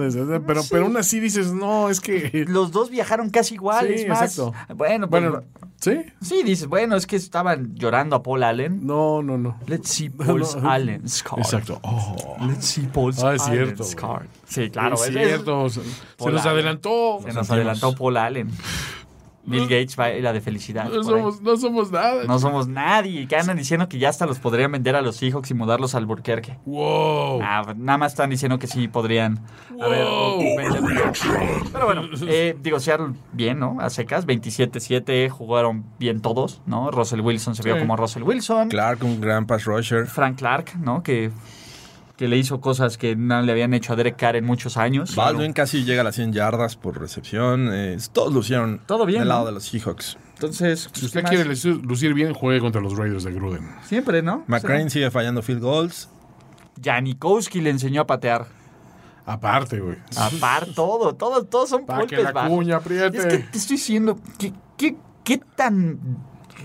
C: pero, pero aún así dices, no, es que.
A: los dos viajaron casi igual,
C: Sí,
A: es más.
C: exacto.
A: Bueno, pues,
C: Bueno, sí.
A: sí, dices, bueno, es que estaban llorando a Paul Allen.
C: No, no, no.
A: Let's see Paul's
C: [laughs] No, no.
A: Allen's card.
C: Exacto. Oh.
A: Let's see Paul's
C: Ah, es
A: Allen's
C: cierto, güey.
A: card. Sí, claro.
C: es
A: es-
C: cierto. se- Se
A: Por
C: nos
A: la-
C: adelantó.
A: Se nos adelantó Paul
C: [laughs]
A: Allen. Bill Gates baila de felicidad.
C: No
A: por ahí.
C: somos, no somos nada.
A: No somos nadie. Que andan diciendo que ya hasta los podrían vender a los Seahawks y mudarlos al Burquerque.
C: Wow.
A: Ah, nada más están diciendo que sí podrían. A ver, vender- Pero bueno, eh, digo, Seattle bien, ¿no? A secas, 27-7, jugaron bien todos, ¿no? Russell Wilson se vio
C: Sí.
A: como Russell Wilson.
B: Clark, un gran pass rusher.
A: Frank Clark, ¿no? Que, que le hizo cosas que no le habían hecho a Derek Carr en muchos años.
B: Baldwin casi llega a las 100 yardas por recepción. Eh, todos lucieron
A: Todo bien,
B: del lado
A: ¿no?
B: de los Seahawks.
A: Entonces, pues,
C: Si usted
A: ¿qué
C: quiere
A: más?
C: lucir, lucir bien, juegue contra los Raiders de Gruden.
A: Siempre, ¿no?
B: McCrane sigue fallando field goals.
A: Janikowski le enseñó a patear.
C: Aparte, güey.
A: A par todo, todo, todos son
C: Para que
A: Ah, golpes
C: la
A: bajos.
C: cuña apriete.
A: Es que te estoy diciendo, ¿qué, qué, qué tan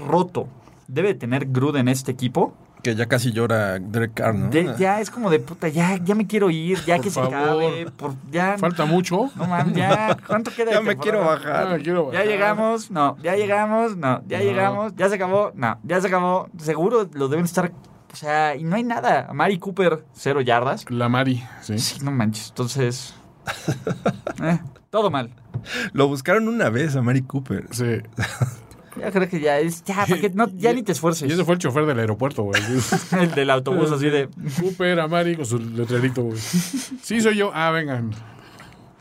A: roto debe tener Gruden este equipo?
B: Que ya casi llora Derek Carr, ¿no?
A: De- ya es como de puta, ya, ya me quiero ir, ya que se
C: Ah. favor.
A: acabe. Por, ya,
C: Falta mucho.
A: no mames, ya, ¿cuánto queda? de
B: Ya me
A: temporada?
B: quiero
C: Ah,
B: bajar.
C: quiero
A: Ya
C: bajar.
A: llegamos, no, ya llegamos, no, ya
C: No.
A: llegamos, ya se acabó, no, ya se acabó. Seguro lo deben estar, o sea, y no hay nada. Mari Cooper, cero yardas.
C: La Mari, sí.
A: Sí, no manches,
C: [laughs]
A: entonces... eh, todo mal.
B: Lo buscaron una vez a Mary Cooper.
C: Sí.
A: Ya creo que ya es. Ya, para que no- ya ni te esfuerces.
C: Y ese fue el chofer del aeropuerto, güey.
A: [laughs]
C: [laughs]
A: El del autobús, así de.
C: Cooper, a Mari con su letrerito, güey. Sí, soy yo. Ah, vengan.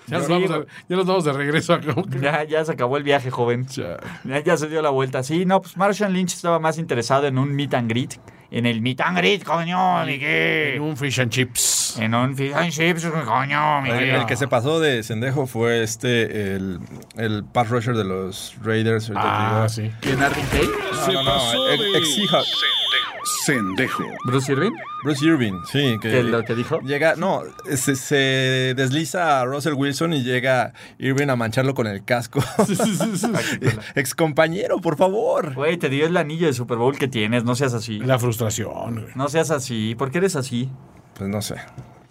C: Ya nos,
A: Sí,
C: vamos,
A: güey.
C: a- ya nos vamos de regreso a
A: Ya, ya se acabó el viaje, joven. Ya, ya se dio la vuelta. Sí, no, pues Martian Lynch estaba más interesado en un meet and greet en el meet and greet, coño, mi
C: En
A: qué.
C: un fish and chips.
A: En un fish and chips, coño, mi
B: El,
A: qué.
B: el que se pasó de Sendejo fue este, el, el pass rusher de los Raiders. ahorita te digo.
A: [laughs]
C: Ah, sí. [laughs]
A: ¿Leonard Taylor?
B: No, no, no, ex- ex Seahawk.
D: Sendejo.
A: ¿Bruce Irving?
B: Bruce Irving, sí. Que,
A: ¿Qué es lo que dijo?
B: Llega, no, se, se desliza a Russell Wilson y llega Irving a mancharlo con el casco. [laughs] Ex compañero, por
A: [laughs]
B: favor.
A: Güey, te dio el anillo de Super Bowl que tienes, no seas así.
C: La frustración, güey.
A: No seas así. ¿Por qué eres así?
B: Pues no sé.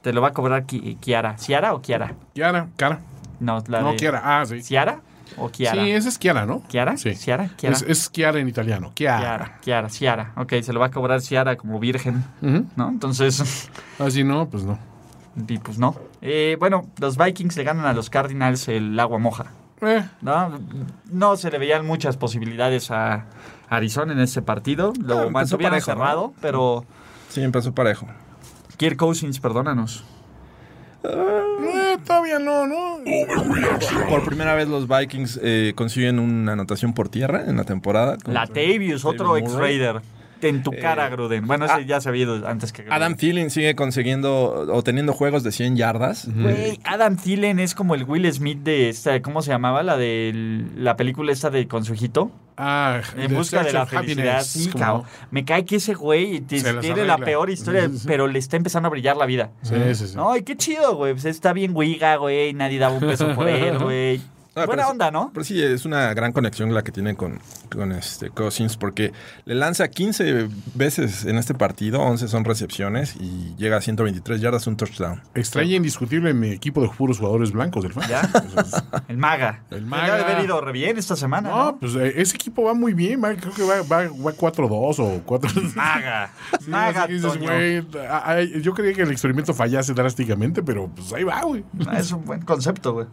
A: Te lo va a cobrar Ki- Kiara. ¿Ciara o Kiara?
C: Kiara, cara.
A: No, la
C: No,
A: de...
C: Kiara. Ah, sí.
A: ¿Ciara o Kiara?
C: Sí, esa es Kiara, ¿no?
A: ¿Kiara?
C: Sí.
A: ¿Ciara? ¿Kiara?
C: Es, es Kiara en italiano. Kiara.
A: Kiara, Kiara, Ciara. Ok, se lo va a cobrar Ciara como virgen,
C: Ujú.
A: ¿no? Entonces, [laughs]
C: Así no, pues no.
A: y pues no. Eh, bueno, los Vikings le ganan a los Cardinals el agua moja,
C: Eh,
A: ¿no? No se le veían muchas posibilidades a Arizona en ese partido.
B: Ah,
A: Lo
B: empezó
A: mantuvieron
B: parejo, ¿no?
A: cerrado, pero
B: Sí, empezó parejo.
A: Kirk Cousins, perdónanos.
C: eh, todavía no, ¿no?
B: Por primera vez los Vikings eh, consiguen una anotación por tierra en la temporada.
A: La Latavius, otro
B: Murray. Eh,
A: ex-Raider. En tu cara, Gruden. Bueno, ese
B: ah,
A: ya se había ido antes que Gruden.
B: Adam Thielen sigue consiguiendo o teniendo juegos de 100 yardas.
A: Güey, Adam Thielen es como el Will Smith de esta, ¿cómo se llamaba? La de la película esta de con su hijito.
C: Ah,
A: En
C: The
A: busca de
C: Search
A: la
C: of
A: felicidad.
C: Happiness,
A: Sí,
C: como-
A: cabrón. Me cae que ese güey te-
C: Se las
A: tiene la
C: arregla.
A: peor historia,
C: Sí, sí, sí.
A: pero le está empezando a brillar la vida.
C: Sí, sí, sí.
A: Mm, No, y qué chido, güey. Pues está bien huiga, güey. Nadie daba un peso por él,
C: [laughs]
A: güey.
B: Ah,
A: Buena
B: pero-
A: onda, ¿no?
B: Pero sí, es una gran conexión la que tiene con, con este Cousins porque le lanza 15 veces en este partido, 11 son recepciones y llega a 123 yardas, un touchdown.
C: Extraña e indiscutible en mi equipo de puros jugadores blancos del fan.
A: Ya. [laughs] El maga.
C: El
A: Ya
C: maga.
A: debe haber ido re bien esta semana, ¿no?
C: No, pues eh, ese equipo va muy bien. va- creo que va, va, va 4-2 o 4
A: Maga.
C: Sí,
A: Maga,
C: [laughs] así que dices,
A: Toño.
C: güey, a- a- yo creía que el experimento fallase drásticamente, pero pues ahí va, güey.
A: Ah, Es un buen concepto,
C: [laughs]
A: güey.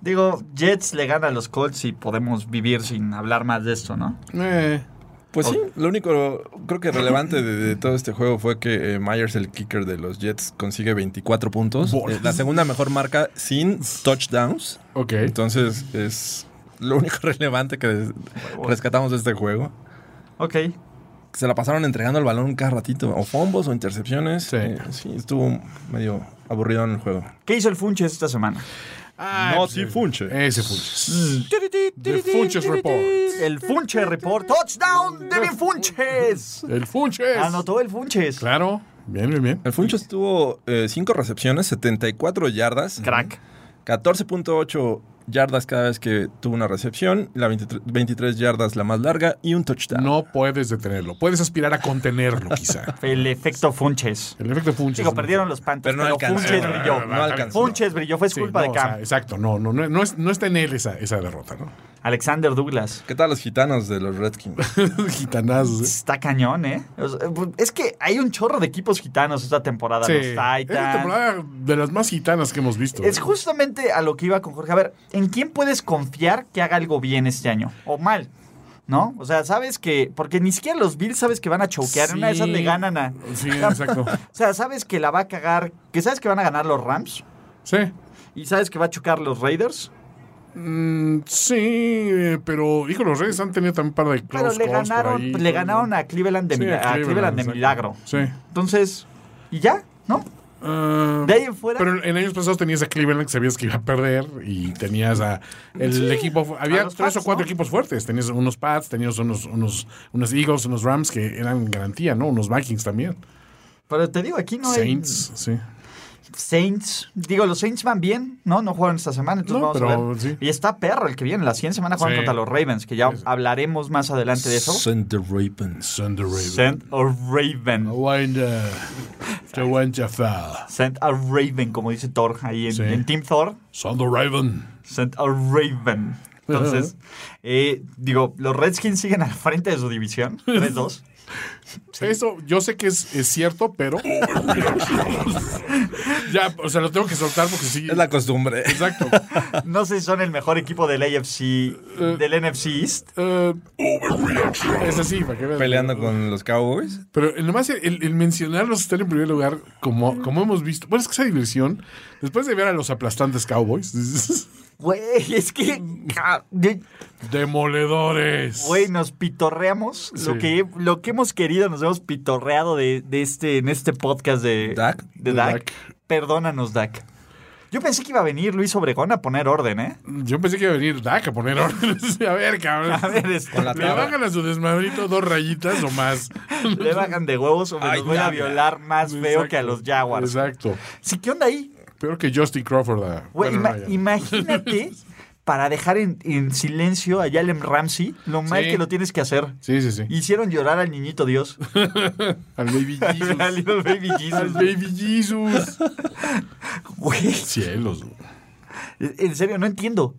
A: Digo, Jets le gana a los Colts y podemos vivir sin hablar más de esto, ¿no?
C: Eh,
B: Pues sí, lo único creo que relevante de, de todo este juego fue que eh, Myers, el kicker de los Jets, consigue 24 puntos.
C: Bolas.
B: Eh, la segunda mejor marca sin touchdowns.
C: ok.
B: Entonces es lo único [laughs] relevante que des- rescatamos de este juego.
A: Ok.
B: Se la pasaron entregando el balón cada ratito, o fombos o intercepciones.
C: Sí.
B: Eh, sí, estuvo medio aburrido en el juego.
A: ¿Qué hizo el Funches esta semana?
C: Ah,
B: No,
C: pues,
B: sí, Funche.
C: Ese Funches.
A: Mm.
C: The Funches Report.
A: El Funches Report. ¡Touchdown de mi [laughs] Funches!
C: El Funches.
A: Anotó el Funches.
C: Claro. Bien, bien, bien.
B: El Funcho estuvo 5 recepciones, 74 yardas,
A: Crack.
B: 14.8 yardas cada vez que tuvo una recepción, la 23, 23 yardas la más larga y un touchdown.
C: No puedes detenerlo. Puedes aspirar a contenerlo, quizá.
A: El efecto Funches.
C: [laughs] El efecto Funches.
A: Digo, perdieron los Panthers,
B: Pero no
A: pero,
B: alcanzó.
A: Funches
B: No, no,
A: brilló.
B: no, no alcanzó.
A: Funches brilló, fue su
C: Sí,
A: culpa
C: no,
A: de
C: o sea,
A: Cam.
C: exacto. No, no, no, no, es- no está en él esa, esa derrota, [laughs] ¿no?
A: Alexander Douglas.
B: ¿Qué tal los gitanos de los Redskins?
C: Gitanazos. ¿eh?
A: Está cañón, ¿eh? O sea, Es que hay un chorro de equipos gitanos esta temporada. Los
C: Es
A: Titans.
C: la temporada de las más gitanas que hemos visto.
A: Es
C: ¿eh?
A: justamente a lo que iba con Jorge. A ver, ¿en quién puedes confiar que haga algo bien este año? O mal, ¿no? O sea, sabes que. Porque ni siquiera los Bills sabes que van a choquear. en Una de esas
C: Sí.
A: le ganan a. [laughs]
C: Sí, exacto.
A: O sea, sabes que la va a cagar. Que sabes que van a ganar los Rams.
C: Sí.
A: Y sabes que va a chocar los Raiders.
C: Mm, sí, eh, pero hijo, los Reyes han tenido también un par de
A: Pero
C: close
A: le
C: calls por
A: ganaron,
C: ahí.
A: le ganaron a Cleveland de,
C: Sí,
A: mila- a Cleveland de
C: exacto.
A: milagro.
C: Sí.
A: Entonces, y ya, ¿no?
C: Ah,
A: De ahí en fuera.
C: pero en años pasados tenías a Cleveland que sabías que iba a perder y tenías a el equipo fu- había
A: A los
C: tres
A: Pats,
C: o cuatro
A: ¿no?
C: equipos fuertes, tenías unos Pats, tenías unos unos unos Eagles, unos Rams que eran garantía, ¿no? Unos Vikings también.
A: Pero te digo, aquí no
C: Saints, sí.
A: hay. Saints. Digo, los Saints van bien, ¿no? No jugaron esta semana, entonces
C: No,
A: vamos a
C: pero
A: ver.
C: sí.
A: Y está perro el que viene. La siguiente semana juegan
C: Sí.
A: contra los Ravens, que ya hablaremos más adelante de [laughs] eso.
B: Send the Ravens.
C: Thunder Raven.
A: Send a Raven.
B: eh,
A: Send a Raven, como dice Thor ahí en,
C: Sí.
A: en Team Thor.
C: Thunder Raven.
A: Send a Raven. Entonces, eh, digo, los Redskins siguen al frente de su división. 3-2.
C: Eso yo sé que es, es cierto,
B: [laughs]
C: pero. ya, o sea, lo tengo que soltar porque sí.
B: Es la costumbre.
C: Exacto.
A: No sé si son el mejor equipo del AFC, del NFC East.
C: Eh, es así, para que veas.
B: Peleando con los Cowboys.
C: Pero eh, nomás el, el mencionarlos estar en primer lugar, como, como hemos visto. Bueno, es que esa diversión, después de ver a los aplastantes Cowboys, [laughs]
A: Güey, es que. ca- de-
C: demoledores.
A: Güey, nos pitorreamos lo,
C: Sí.
A: que, lo que hemos querido, nos hemos pitorreado de, de este, en este podcast de
B: Dak.
A: De
C: De
A: Dak.
C: Dak.
A: Perdónanos, Dak. Yo pensé que iba a venir Luis Obregón a poner orden, ¿eh?
C: Yo pensé que iba a venir Dak a poner [laughs] órdenes. A ver, cabrón.
A: A ver, este,
B: Con la
C: Le
B: tabla.
C: bajan a su desmadrito dos rayitas o
A: [laughs]
C: más.
A: le bajan de huevos o me
B: Ay,
A: los voy a
B: ya,
A: violar más feo
C: Exacto.
A: que a los Jaguars.
C: Exacto.
A: Sí, ¿qué onda ahí?
C: Peor que Justin Crawford. ah.
A: Güey,
C: Bueno,
A: ima-
C: no, ya.
B: [laughs]
A: imagínate para dejar en, en silencio a Jalen Ramsey lo mal
C: Sí.
A: que lo tienes que hacer.
C: Sí, sí, sí.
A: Hicieron llorar al niñito Dios.
C: Al Baby Jesus.
A: Al little baby
C: [laughs] Al
A: Jesus.
C: Baby Jesus.
A: [laughs] Güey,
C: Cielos, güey.
A: en serio, no entiendo.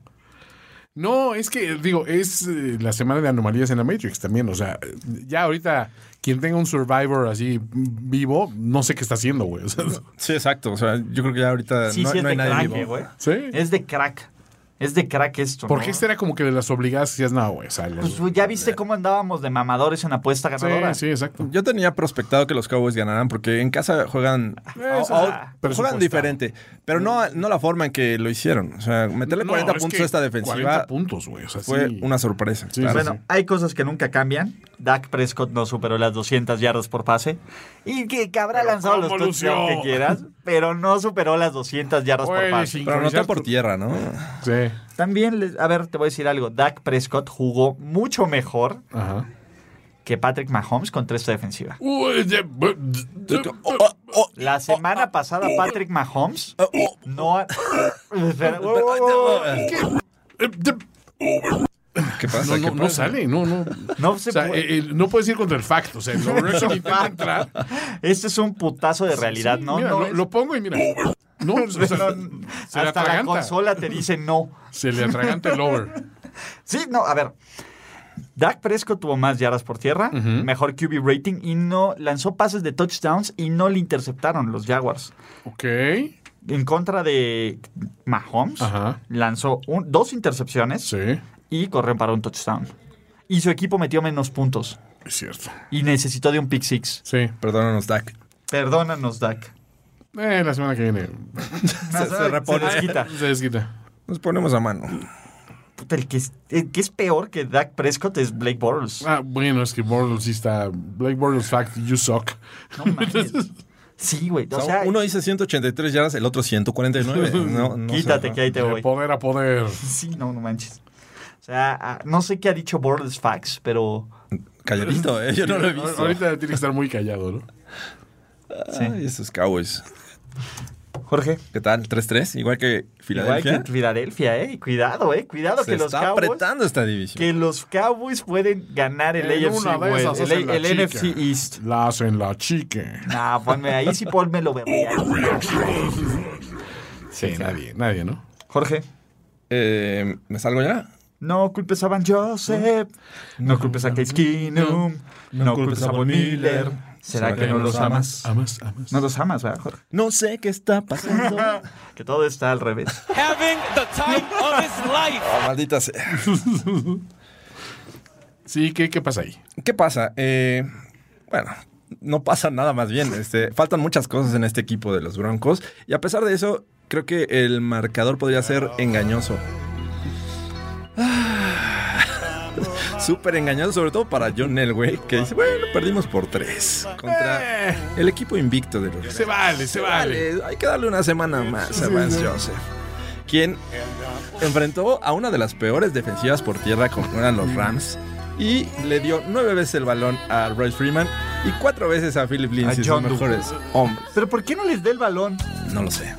C: No, es que, digo, es eh, la semana de anomalías en la Matrix también. O sea, ya ahorita, quien tenga un Survivor así mm, vivo, no sé qué está haciendo, güey. O sea,
B: Sí, exacto. O sea, yo creo que ya ahorita
A: Sí,
B: no,
A: sí, es
B: no hay
A: de
B: nadie
A: crack, eh,
B: vivo.
A: güey.
C: sí.
A: Es de crack. Es de crack esto.
C: Porque
A: ¿no?
C: este era como que de las obligadas que decías, no, güey. O sea, los-
A: Pues güey, ya viste cómo andábamos de mamadores en apuesta
C: sí,
A: ganadora.
C: sí, exacto.
B: Yo tenía prospectado que los Cowboys ganaran porque en casa [laughs] juegan, o-
C: Eso,
B: o-
C: presupuestado.
B: juegan diferente, pero no, no la forma en que lo hicieron. O sea, meterle
C: No,
B: 40
C: es
B: puntos
C: que
B: a esta
C: 40
B: defensiva
C: puntos, güey. O sea,
B: fue
C: sí.
B: una sorpresa.
C: Sí,
B: claro.
C: sí,
A: Bueno, hay cosas que nunca cambian. Dak Prescott no superó las 200 yardas por pase. Y que, que habrá
C: Pero
A: lanzado los
C: ¿cómo
A: touchdowns
C: lució?
A: que quieras, pero no superó las 200 yardas
C: Güey,
A: por pase.
C: sin
B: Pero no está
C: improvisar
B: por
C: tu-
B: tierra, ¿no?
C: Sí.
A: También, les- a ver, te voy a decir algo. Dak Prescott jugó mucho mejor
C: Ajá.
A: que Patrick Mahomes contra esta defensiva.
C: Uy, ya-
B: oh.
C: Oh.
A: La semana pasada Patrick Mahomes no... ha- Espera, wow, wow, wow.
B: ¿Qué pasa?
C: No,
B: ¿Qué
C: no, no
B: pasa?
C: sale, no, no.
A: No
C: O
A: se
C: sea,
A: puede.
C: eh, eh, no puedes ir contra el fact. O sea,
A: [laughs]
C: lo Rexon intenta entrar.
A: Este es un putazo de realidad,
C: Sí,
A: ¿no?
C: mira,
A: no
C: lo,
A: es-
C: lo pongo y mira. No, o
A: no,
C: sea, se le
A: hasta la
C: atraganta.
A: consola te dice no.
C: Se le atraganta el over.
B: [laughs]
A: Sí, no, a ver. Dak Prescott tuvo más yardas por tierra, mejor QB rating y no lanzó pases de touchdowns y no le interceptaron los Jaguars.
C: Ok.
A: En contra de Mahomes,
C: Ajá.
A: lanzó un- dos intercepciones
C: Sí,
A: y corrieron para un touchdown. Y su equipo metió menos puntos
C: es cierto.
A: y necesitó de un pick six.
C: Sí.
B: Perdónanos, Dak.
A: Perdónanos, Dak.
C: Eh, la semana que viene
B: Se, se repone. [laughs]
A: les quita.
C: se desquita.
B: Nos ponemos a mano.
A: Puta, el que, es, el que es peor que Dak Prescott es Blake Bortles.
C: Ah, bueno, es que Bortles sí está. Blake Bortles fact, you suck.
A: No mames. Sí, güey. O
B: O
A: sea,
B: sea, uno dice 183 yardas, el otro
C: [laughs]
B: 149. No, no
A: quítate
B: sé.
A: que ahí te voy.
C: De Eh, poder a poder.
A: Sí, no, no manches. O sea, ah, no sé qué ha dicho Border's Facts, pero
B: Calladito, ¿eh? Yo [laughs] no lo he
C: Ahor-
B: visto.
C: Ahorita tiene que estar muy callado, ¿no?
B: Ay, esos Cowboys.
A: Jorge,
B: ¿Qué tal? 3-3, igual que
A: igual
B: Filadelfia.
A: que Filadelfia, eh, cuidado, eh, cuidado
B: Se
A: que los
B: está
A: Cowboys
B: apretando esta división.
A: que los Cowboys pueden ganar el
C: En
A: AFC
C: una de
A: West,
C: esas
A: el,
C: hacen la
A: el
C: chica.
A: NFC East.
C: La hacen la chique.
A: Nah, ponme ahí sí ponme lo berreal.
C: [laughs] Sí, nadie, nadie, ¿no?
A: Jorge,
B: Eh, ¿Me salgo ya?
A: no culpes a Van Joseph, no culpes a Case Keenum, no culpes a Von Miller. ¿Será que no los amas?
C: Amas, amas.
A: No los amas, ¿verdad, Jorge?
B: No sé qué
A: [laughs]
B: está pasando. Ah,
A: Que todo está al revés.
E: having the time of his life.
B: Ah, maldita
C: [laughs]
B: sea.
C: Sí, ¿qué, qué pasa ahí?
B: ¿Qué pasa? Eh, bueno, no pasa nada más bien. Este, faltan muchas cosas en este equipo de los Broncos. Y a pesar de eso, creo que el marcador podría ser engañoso. Ah, [laughs] Súper engañoso, sobre todo para John Elway, que dice, bueno, perdimos por tres contra
C: Eh,
B: el equipo invicto de los
C: se vale, se vale.
B: Dale, hay que darle una semana más a Vance Joseph. Quien enfrentó a una de las peores defensivas por tierra como eran
C: Mm.
B: los Rams. Y le dio nueve veces el balón a Royce Freeman y cuatro veces a Philip Lindsay, sus
A: John Doe.
B: mejores hombres.
A: [laughs] Pero ¿por qué no les dé el balón?
B: No lo sé.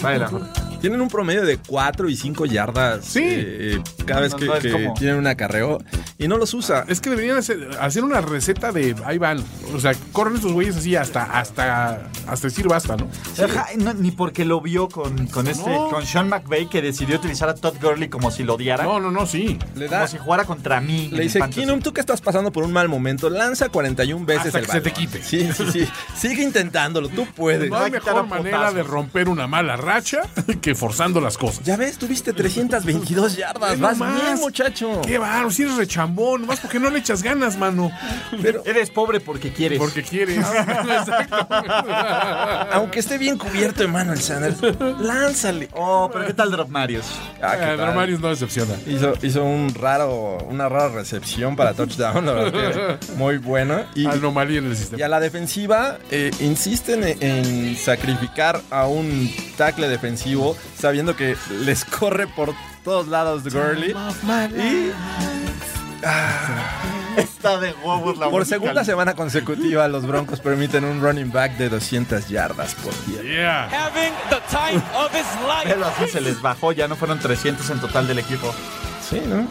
A: Baila, Jorge.
B: Tienen un promedio de 4 y 5 yardas
C: Sí.
B: eh, cada vez
A: No,
B: que,
A: no es
B: que
A: como-
B: tienen un acarreo y no los usa.
C: Es que deberían hacer, hacer una receta de ahí van. O sea, corren estos güeyes así hasta, hasta, hasta decir basta, ¿no?
A: Ajá, no, ni porque lo vio con, con este
C: No.
A: con Sean McVay que decidió utilizar a Todd Gurley como si lo odiara,
C: No, no, no, sí.
B: Le
A: como
B: da.
A: si jugara contra mí. en
B: Le dice,
A: fantasy.
B: Keenum, tú que estás pasando por un mal momento, lanza 41 veces
C: Hasta
B: el
C: que se te
B: balón".
C: quite.
B: Sí,
C: [laughs]
B: sí, sí. Sigue intentándolo, tú puedes.
C: No hay
A: Va a quitar
C: mejor
A: a
C: manera
A: potazos.
C: de romper una mala racha que que forzando las cosas.
B: Ya ves, tuviste 322 yardas. Pues Vas
C: nomás.
B: bien, muchacho.
C: Qué barro, si eres rechambón, más porque no le echas ganas, mano.
B: Pero
A: Eres pobre porque quieres.
B: [laughs]
C: Porque quieres. Ah, Exacto.
B: aunque esté bien cubierto, Emmanuel Sanders, lánzale.
A: Oh, pero ¿qué tal Drop Marios?
B: Ah, qué
C: Eh,
B: padre.
C: Marius no decepciona.
B: Hizo, hizo un raro, una rara recepción para touchdown, la verdad
C: [laughs]
B: que muy bueno. Y,
C: Anomalía en el
B: y
C: sistema.
B: a la defensiva eh, insisten en, en sacrificar a un tackle defensivo, sabiendo que les corre por todos lados de Gurley. Y
A: Está de huevos la
B: por
A: música.
B: segunda semana consecutiva los Broncos permiten un running back de 200 yardas por día.
C: Yeah.
E: Having the time of his
A: Pero
E: life.
A: así se les bajó, ya no fueron 300 en total del equipo.
B: Sí, ¿no?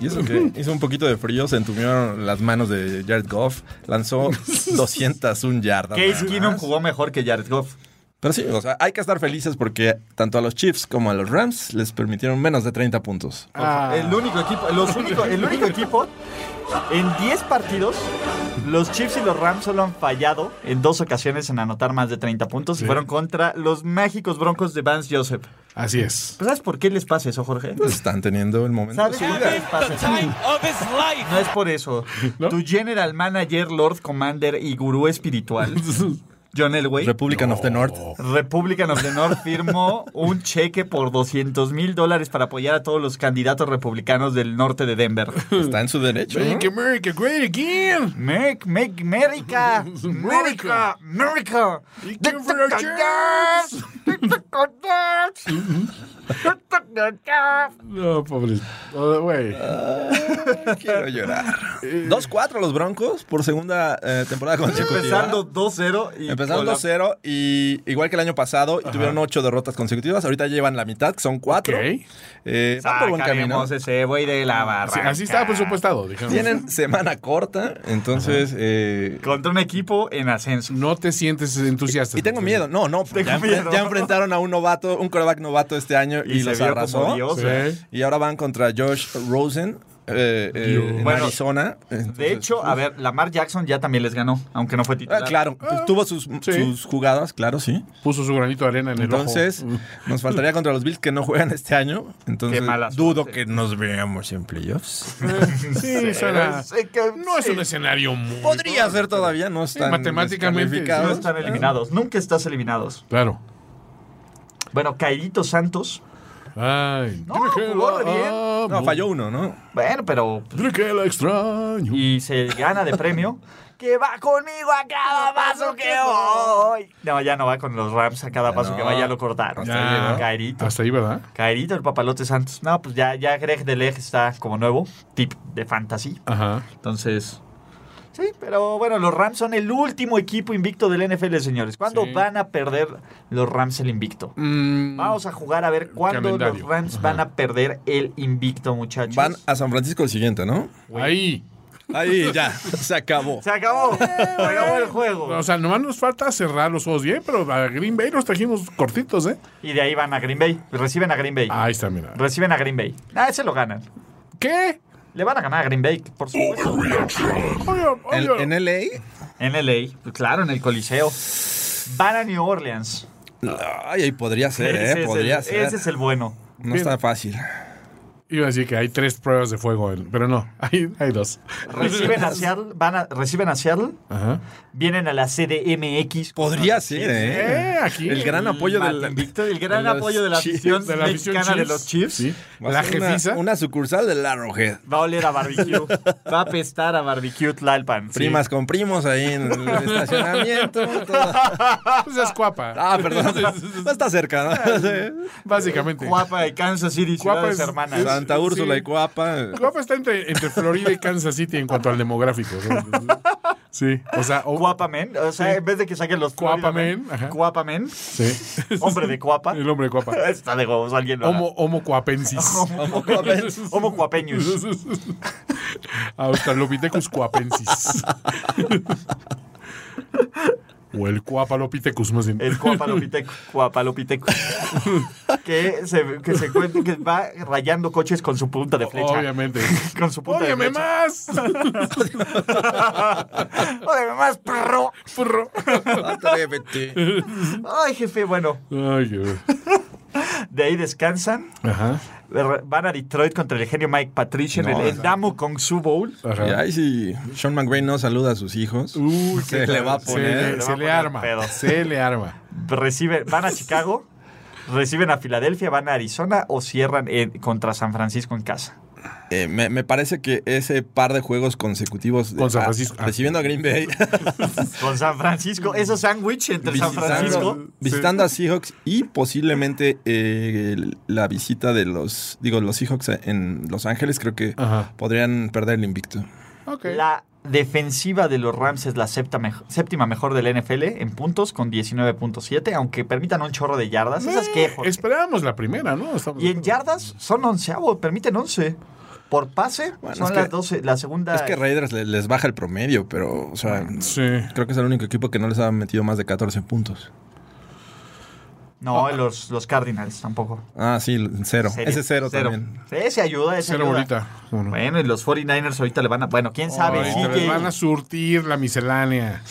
B: Y eso
A: [laughs]
B: que hizo un poquito de frío, se entumieron las manos de Jared Goff,
A: [laughs]
B: lanzó 201 yardas.
A: Case
B: nada
A: Keenum
B: más.
A: jugó mejor que Jared Goff.
B: Pero sí, o sea, hay que estar felices porque tanto a los Chiefs como a los Rams les permitieron menos de 30 puntos.
C: Ah.
A: El único equipo, los único- el único equipo en 10 partidos, los Chiefs y los Rams solo han fallado en dos ocasiones en anotar más de 30 puntos y fueron contra los mágicos Broncos de Vance Joseph.
C: Así es.
A: ¿Pero ¿Sabes por qué les pasa eso, Jorge?
B: Pues están teniendo el momento.
A: ¿Sabes por qué les
E: Having
A: pasa
E: the
A: eso?
E: time of his life.
A: No es por eso. Tu general manager, Lord Commander y gurú espiritual, John Elway,
B: Republican of the North.
A: Republican of the North firmó un cheque por 200 mil dólares para apoyar a todos los candidatos republicanos del norte de Denver.
B: Está en su derecho. ¿no?
C: Make America great again.
A: Make, make America, America, America.
C: Thank you for our jobs. No, pobre. Oh, güey.
B: [laughs] Quiero llorar. 2-4 los Broncos por segunda eh, temporada consecutiva.
A: Eh. Empezando 2-0 y
B: Empezaron
A: con la-
B: 2-0 y igual que el año pasado y tuvieron 8 derrotas consecutivas. Ahorita llevan la mitad, que son 4.
C: Ok.
B: Eh, van por buen camino.
A: Sacaremos ese buey de la barra.
C: Así, así está presupuestado, digamos.
B: Tienen semana corta, entonces... eh,
A: Contra un equipo en ascenso.
C: No te sientes entusiasta.
B: Y tengo miedo. No, no. ya,
A: miedo.
B: ya enfrentaron a un novato, un coreback novato este año y,
A: Y se
B: los
A: vio
B: arrasó.
A: como Dios.
C: Sí.
B: Y ahora van contra Josh Rosen eh, eh, en
A: Bueno,
B: Arizona. Entonces,
A: De hecho, a ver, Lamar Jackson ya también les ganó, aunque no fue
B: ah,
A: titular.
B: claro, tuvo sus,
C: sí.
B: sus jugadas, claro, sí.
C: Puso su granito de arena en
A: [laughs]
B: Entonces,
C: el ojo.
B: nos faltaría contra los Bills que no juegan este año. Entonces,
A: Qué mala
B: dudo
A: suerte.
B: que nos veamos en playoffs.
C: Sí,
A: [laughs]
C: suena.
A: Sí, que-
C: No es un escenario muy.
B: Podría ser todavía, no están
C: matemáticamente,
A: No
B: descalificados.
A: están eliminados. Nunca estás eliminados.
C: Claro.
A: Bueno, Cairito Santos.
C: Ay.
A: No,
C: dile que
A: jugó
C: la
A: re bien.
C: amo.
B: No, falló uno, ¿no?
A: Bueno, pero.
C: Dile que la extraño.
A: Y se gana de premio. [laughs] Que va conmigo a cada paso que voy. No, ya no va con los Rams a cada paso
B: no.
A: que va, ya lo cortaron.
B: Hasta
C: ahí llegó.
A: Cairito.
C: Ah. Hasta ahí, ¿verdad?
A: Cairito, el papalote Santos. No, pues ya, ya Greg Deleg está como nuevo. Tip de fantasy.
C: Ajá.
A: Entonces. Sí, pero bueno, los Rams son el último equipo invicto del NFL, señores. ¿Cuándo
C: Sí.
A: van a perder los Rams el invicto?
C: Mm,
A: Vamos a jugar a ver cuándo
C: calendario.
A: los Rams van a perder el invicto, muchachos.
B: Van a San Francisco el siguiente, ¿no?
C: ahí.
B: Ahí ya, [laughs] se acabó.
A: Se
C: [laughs]
A: acabó. Se acabó el juego.
C: O sea, nomás nos falta cerrar los ojos bien, pero a Green Bay los trajimos cortitos, ¿eh?
A: Y de ahí van a Green Bay. Reciben a Green Bay.
C: Ahí está, mira.
A: Reciben a Green Bay. Ah, ese lo ganan.
C: ¿Qué?
A: Le van a ganar a Green Bay, por supuesto.
C: Obvio,
B: En,
C: obvio.
B: en LA,
A: En LA, claro, en el Coliseo. Van a New Orleans.
B: Ay, ahí podría ser, ¿eh?
A: es
B: podría
A: el,
B: ser.
A: ese es el bueno.
B: No está fácil.
C: Iba a decir que hay tres pruebas de fuego, en- pero no, [laughs] hay, hay dos.
A: Reciben a Seattle, van a, reciben a Seattle,
C: Ajá.
A: vienen a la CDMX.
B: Podría ser, ¿eh?
C: Eh, aquí.
B: El gran apoyo
A: Mate
B: del.
A: invicto, el gran
B: de los
A: apoyo de la
B: Chiefs,
A: afición
C: de la afición
A: mexicana de
C: Chiefs.
A: los Chiefs.
C: Sí.
B: Va a
C: La
B: ser una-
C: jefiza.
B: Una, sucursal del Arrowhead.
A: Va a oler a
C: [laughs]
A: barbecue. Va a apestar a barbecue Tlalpan.
B: Primas con primos ahí
A: [laughs]
B: en el estacionamiento. todo.
C: Pues es cuapa,
B: Ah, perdón. No está cerca, ¿no?
C: básicamente.
A: Guapa Eh, de Kansas City,
C: Cuapa
A: ciudades
C: es-
A: hermanas.
C: es-
B: Santa Úrsula y Cuapa.
C: Cuapa está entre, entre Florida y Kansas City en cuanto al demográfico.
B: [laughs]
C: ¿no? Sí, o sea, o-
A: Cuapa men, o sea, en vez de que saquen los Florida
C: Cuapa men, ajá.
A: Cuapa men,
C: sí.
A: hombre de
C: [laughs]
A: cuapa.
C: El hombre de cuapa.
A: Está de huevos, alguien lo hará.
C: Homo, homo cuapensis.
A: Homo
B: [laughs]
A: cuapen- Homo cuapeñus.
C: Ah, Australopithecus cuapensis. o el cuapalopithecus, más bien.
A: El cuapalopiteco. Cuapalopiteco. que, se, que se cuenta que va rayando coches con su punta de flecha.
C: Obviamente.
A: Con su punta
C: ¡Óyeme
A: de flecha.
C: más!
A: [laughs] Óyeme más, perro.
C: Furro.
B: Atrévete.
A: Ay, jefe, bueno.
C: Ay, qué-
A: De ahí descansan.
C: Ajá.
A: Van a Detroit contra el genio Mike Patricia
B: No,
A: en el
B: exacto.
A: Damo Kong Su Bowl.
B: Y ahí si Sean McVay no saluda a sus hijos,
C: Uy,
B: se
C: qué
B: le
C: tal.
B: va a poner.
C: Se, le-
A: le va
C: se
A: a
C: le
A: poner
C: arma.
A: pedo.
C: Se le arma.
A: Recibe- van a Chicago, reciben a Filadelfia, van a Arizona o cierran en- contra San Francisco en casa.
B: Eh, me, me parece que ese par de juegos consecutivos de-
C: Con San
B: ah,
C: Francisco. Ah.
B: recibiendo a Green Bay,
A: Con San Francisco, esos sándwich entre San Francisco.
B: visitando, visitando a Seahawks y posiblemente eh, el- la visita de los, digo, los Seahawks en Los Ángeles, creo que
C: Ajá.
B: podrían perder el invicto.
C: Ok.
A: La defensiva de los Rams es la septa mejo- séptima mejor del NFL en puntos con 19.7, aunque permitan un chorro de yardas.
C: Eh,
A: Esas que, Jorge.
C: Esperábamos la primera, ¿no? Estamos-
A: Y en yardas son onceavo, permiten 11. Por pase
B: Bueno,
A: son
B: es
A: las
B: que-
A: 12, la segunda.
B: Es que Raiders le- les, baja el promedio, pero, o sea,
C: Sí.
B: creo que es el único equipo que no les ha metido más de 14 puntos.
A: no, los, los Cardinals tampoco.
B: Ah, sí, cero.
A: Serio,
B: Ese cero, también.
A: Ese ayuda, ese
C: Cero
A: ayuda.
C: bolita. Uno.
A: Bueno, y los 49ers ahorita le van a. Bueno, quién sabe.
C: Ay,
A: CJ.
C: te les van a surtir la miscelánea.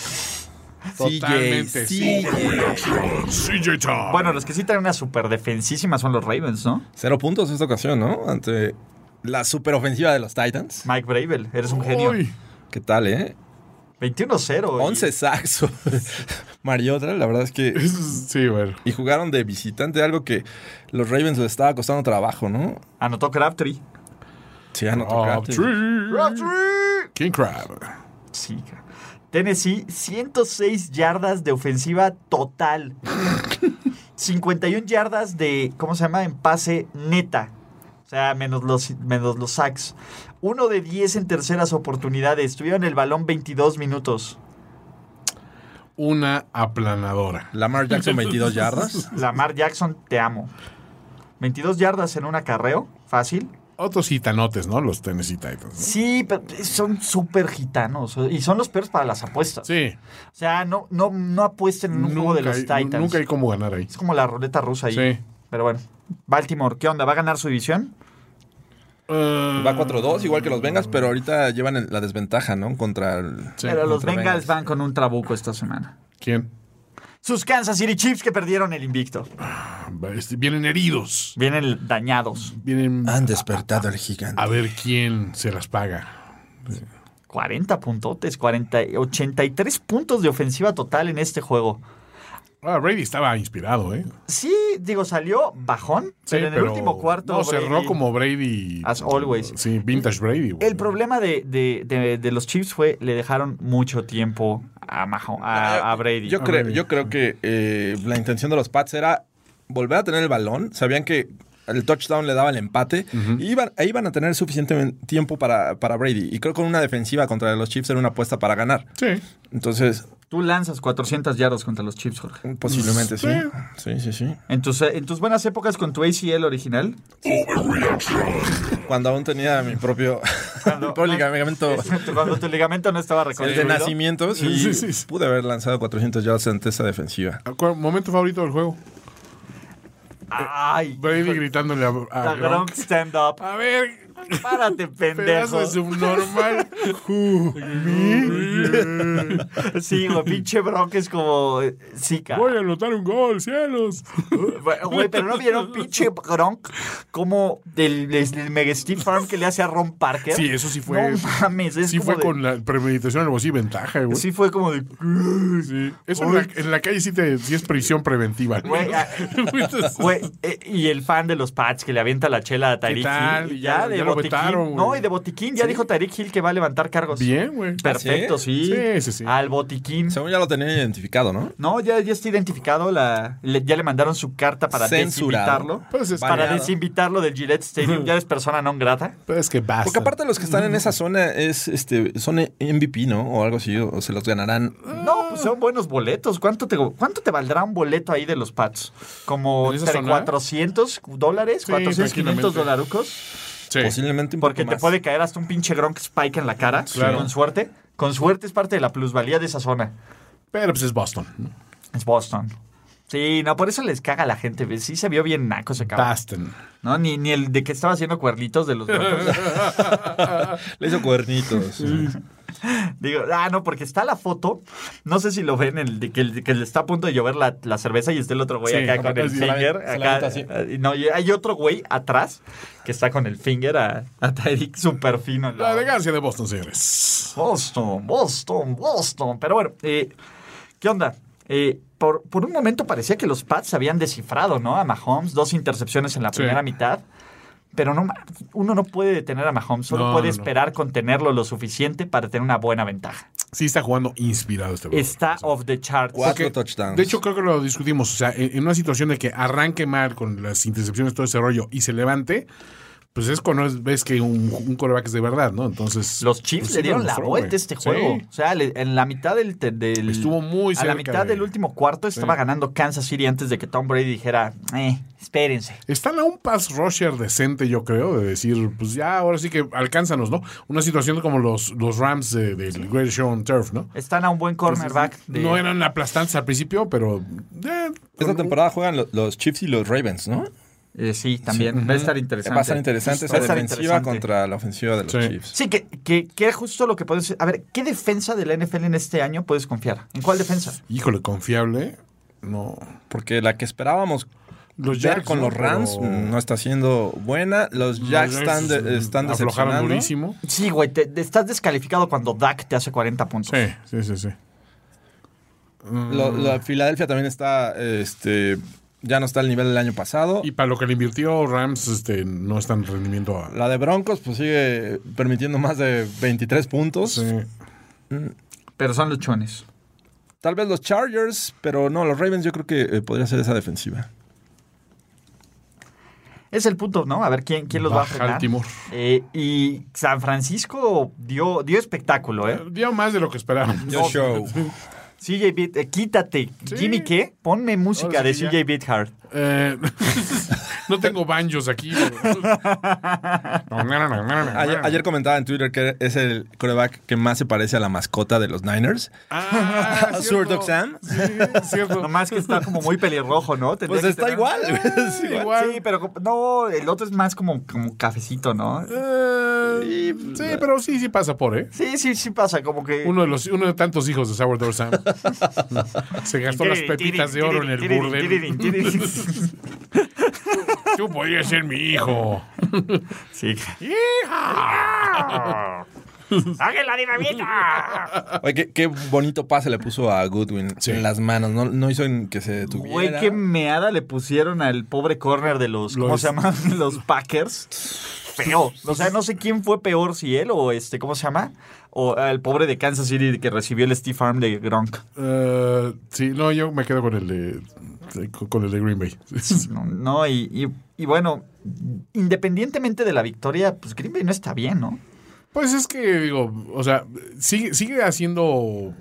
C: Totalmente.
B: Sí,
C: CJ Todd.
A: Bueno, los que sí traen una super defensísima son los Ravens, ¿no?
B: Cero puntos esta ocasión, ¿no? Ante la superofensiva de los Titans.
A: Mike Bravel, eres un genio.
C: Uy,
B: ¿Qué tal, eh?
A: 21-0. y-
B: 11 [laughs] saxos. Mariota, la verdad es que...
C: es- sí, bueno.
B: Y jugaron de visitante, algo que los Ravens les estaba costando trabajo, ¿no?
A: Anotó Crabtree.
B: Ah, Sí, anotó Crabtree.
C: Crabtree.
A: ¡Crabtree!
C: King Crab.
A: Sí, ca- Tennessee, 106 yardas de ofensiva total. 51 yardas de, ¿cómo se llama? En pase neta. O sea, menos los, menos los sacks. Uno de 10 en terceras oportunidades. Tuvieron el balón 22 minutos.
C: Una aplanadora.
B: Lamar Jackson, 22 yardas.
A: Lamar Jackson, te amo. 22 yardas en un acarreo, fácil.
C: Otros gitanotes, ¿no? Los Tennessee Titans.
A: Sí, pero son súper gitanos. Y son los peores para las
C: ¿no?
A: apuestas.
C: Sí.
A: O sea, no, no, no apuesten en un juego de los
C: hay,
A: Titans.
C: nunca hay cómo ganar ahí.
A: Es como la ruleta rusa ahí.
C: Sí.
A: Pero bueno. Baltimore, ¿qué onda? ¿Va a ganar su división?
C: Eh,
B: Va 4-2, igual que los Bengals, pero ahorita llevan el- la desventaja, ¿no? Contra el...
C: sí.
A: Pero los
B: contra
A: Bengals,
B: Bengals.
A: van con un trabuco esta semana.
C: ¿Quién?
A: Sus Kansas City Chiefs que perdieron el invicto.
C: Este, Vienen heridos.
A: Vienen dañados.
C: Vienen
B: Han despertado el gigante.
C: a ver quién se las paga.
A: 40 puntotes, 40, 83 puntos de ofensiva total en este juego.
C: Ah, Brady estaba inspirado, ¿eh?
A: Sí, digo, salió bajón,
C: Sí,
A: pero en el último cuarto.
C: No,
A: Brady-
C: cerró como Brady.
A: As always.
C: Sí, vintage Brady. güey.
A: El problema de, de- de- de los Chiefs fue le dejaron mucho tiempo a, Maho- a, a Brady.
B: Yo creo, yo creo que eh, la intención de los Pats era volver a tener el balón. Sabían que el touchdown le daba el empate. y iban, e iban a tener suficiente tiempo para, para Brady. Y creo que con una defensiva contra los Chiefs era una apuesta para ganar.
C: Sí.
B: Entonces,
A: Tú lanzas 400 yardas contra los Chiefs, Jorge.
B: posiblemente sí. Sí, sí, sí.
A: En tus, en tus buenas épocas con tu ACL original,
B: Cuando aún tenía mi propio, [laughs] mi propio ligamento.
A: [laughs] cuando tu ligamento no estaba
B: El de
A: reconstruido.
B: nacimiento, sí,
C: Sí, sí, sí.
B: pude haber lanzado 400 yards ante esa defensiva.
C: ¿Cuál- ¿Momento favorito del juego?
A: Ay,
C: Brady gritándole a, a
A: la Gronk
C: Gronk.
A: stand up.
C: A ver, [laughs]
A: Párate,
C: pedazo
A: pendejo. [laughs]
C: de subnormal.
A: Sí, güey, pinche Gronk es como... eh, Sí, cara.
C: Voy a anotar un gol, cielos.
A: Güey, pero no vieron pinche Gronk como del, del Mega Steve Farm que le hace a Ron Parker.
C: Sí, eso sí fue.
A: ¿Eh? No mames, es
C: sí
A: como
C: fue
A: de-
C: con la premeditación algo y ventaja, güey.
A: Sí fue como de...
C: Sí. Eso en la, en la calle sí, te, sí es prisión preventiva.
A: Güey,
C: [laughs]
A: ah, Güey, eh, y el fan de los Pats que le avienta la chela a Tyreek
C: tal?
A: Hill.
C: Ya-
A: Ya, de
C: ya lo
A: botiquín.
C: vetaron, güey.
A: no, y de botiquín. Ya dijo Tyreek Hill que va a levantar cargos.
C: Bien, güey.
A: Perfecto, sí.
C: Sí, sí, sí.
A: Al botiquín.
B: Según ya lo tenía identificado, ¿no?
A: No, ya, ya está identificado. La, le- ya le mandaron su carta para
B: Censurado.
A: desinvitarlo.
C: Pues es-
A: para
B: Baneado.
A: desinvitarlo del Gillette Stadium. Ya es persona non grata.
C: Pero es que basta.
B: Porque aparte los que están
C: Mm.
B: en esa zona es este son MVP, ¿no? O algo así, o se los ganarán.
C: Mm.
A: No, pues son buenos boletos. ¿Cuánto te, cuánto te valdrá un boleto ahí de los Pats? Como
C: ¿En esa
A: entre
C: zona?
A: 400 dólares,
C: Sí,
A: 400, 500
C: tranquilamente.
A: dolarucos.
C: Sí.
A: pues,
B: Posiblemente un
A: Porque
B: poco
A: te
B: más.
A: puede caer hasta un pinche Gronk Spike en la cara.
C: Claro.
A: Con suerte. Con suerte es parte de la plusvalía de esa zona.
C: Pero pues es Boston. ¿no?
A: Es Boston. Sí, no, por eso les caga a la gente. ¿ves? Sí se vio bien naco ese cabrón.
C: Tasten.
A: No, ni, ni el de que estaba haciendo cuernitos de los
C: [laughs]
A: broncos.
B: Le hizo cuernitos.
A: Digo, ah, no, porque está la foto. No sé si lo ven, el de que, el de que le está a punto de llover la, la cerveza y está el otro güey
C: Sí,
A: acá
C: [laughs]
A: con el
C: se la
B: ve-
A: finger.
B: se la
A: acá.
B: avienta
A: Ah, no, y hay otro güey atrás que está con el finger a, a Tyreek súper fino.
C: La elegancia de Boston, señores.
A: Boston, Boston, Boston. Pero bueno, eh, ¿qué onda? Eh, por, por un momento parecía que los Pats habían descifrado, ¿no? A Mahomes, dos intercepciones en la
C: Sí.
A: primera mitad. Pero no, ma- uno no puede detener a Mahomes, solo
C: No,
A: puede
C: no.
A: esperar contenerlo lo suficiente para tener una buena ventaja.
C: Sí está jugando inspirado este juego.
A: Está off the charts.
B: Cuatro
C: Porque,
B: touchdowns.
C: De hecho, creo que lo discutimos. O sea, en, en una situación de que arranque mal con las intercepciones, todo ese rollo, y se levante, pues es cuando es- ves que un, un coreback es de verdad, ¿no? Entonces.
A: Los Chiefs
C: pues sí
A: le
C: lo
A: dieron la
C: demostró,
A: vuelta
C: güey.
A: a este juego.
C: Sí.
A: O sea, le- en la mitad del, te- del-
C: Estuvo muy
A: A la
C: cerca
A: mitad
C: de-
A: del último cuarto estaba ganando Kansas City antes de que Tom Brady dijera, eh, espérense.
C: Están a un pass rusher decente, yo creo, de decir, pues ya, ahora sí que alcánzanos, ¿no? Una situación como los, los Rams de- del Great Show on Turf, ¿no?
A: Están a un buen cornerback. de-
C: Pues No eran aplastantes al principio, pero. eh,
B: Esta temporada juegan lo- los Chiefs y los Ravens, ¿no?
A: Eh, sí, también. Va a estar interesante.
B: Va a estar interesante esa
A: Va a estar
B: defensiva
A: interesante.
B: contra la ofensiva de los
C: Sí.
B: Chiefs.
A: Sí, que, que, que es justo lo que puedes... A ver, ¿qué defensa de la NFL en este año puedes confiar? ¿En cuál defensa?
C: híjole, confiable. No.
B: Porque la que esperábamos
C: Los
B: ver
C: Jacks,
B: con
C: ¿no?
B: los Rams
C: Pero-
B: no está siendo buena. Los Jacks están, de- están
C: pues, aflojaron
B: decepcionando.
C: durísimo.
A: Sí, güey, te, te estás descalificado cuando Dak te hace 40 puntos.
C: Sí, sí, sí, sí.
B: Lo- la Filadelfia también está, este, ya no está al nivel del año pasado.
C: Y para lo que le invirtió Rams, este, no está en rendimiento. a-
B: La de Broncos pues sigue permitiendo más de 23 puntos.
C: Sí.
A: Pero son luchones.
B: Tal vez los Chargers, pero no, los Ravens yo creo que eh, podría ser esa defensiva.
A: Es el punto, ¿no? A ver quién, quién los va a
C: Baja
A: frenar.
C: Baltimore.
A: Eh, y San Francisco dio, dio espectáculo, ¿eh?
C: Dio más de lo que esperábamos.
B: Yo show.
A: CJ Beat, eh, quítate.
C: Sí.
A: Jimmy, ¿qué? Ponme música
C: Ahora
A: de
C: sí que
A: CJ Beathard.
C: [laughs] Eh, [laughs] no tengo banjos aquí.
B: [laughs]
C: pero-
B: Ayer, ayer comentaba en Twitter que es el coreback que más se parece a la mascota de los Niners.
C: Ah,
B: ¿A
C: [laughs] cierto.
B: Sir Doc Sam?
C: Sí, cierto.
A: Nomás que está como muy pelirrojo, ¿no? Tendría
B: Pues
A: que
B: está
A: tener-
B: igual. es igual.
C: Igual.
A: Sí, pero como- no, el otro es más como, como cafecito, ¿no?
C: Eh, sí, pero sí, sí pasa por, ¿eh?
A: Sí, sí, sí pasa, como que...
C: Uno de, los, uno de tantos hijos de Sourdough Sam. Se gastó las pepitas de oro en el burdel. [laughs] Tú podías ser mi hijo.
A: [laughs] Sí.
C: ¡Hija!
E: la dinamita!
B: Oye, qué, qué bonito pase le puso a Goodwin
C: Sí.
B: en las manos. No, no hizo en que se detuviera.
A: Güey, qué meada le pusieron al pobre corner de los, ¿cómo
C: Los-
A: se llama? [laughs] Los Packers. Feo. O sea, no sé quién fue peor, si él o este, ¿cómo se llama? O el pobre de Kansas City que recibió el Steve Arm de Gronk.
C: Eh, sí, no, yo me quedo con el de, con el de Green Bay.
A: No, no, y, y- y bueno, independientemente de la victoria, pues Green Bay no está bien, ¿no?
C: Pues es que, digo, o sea, sigue, sigue haciendo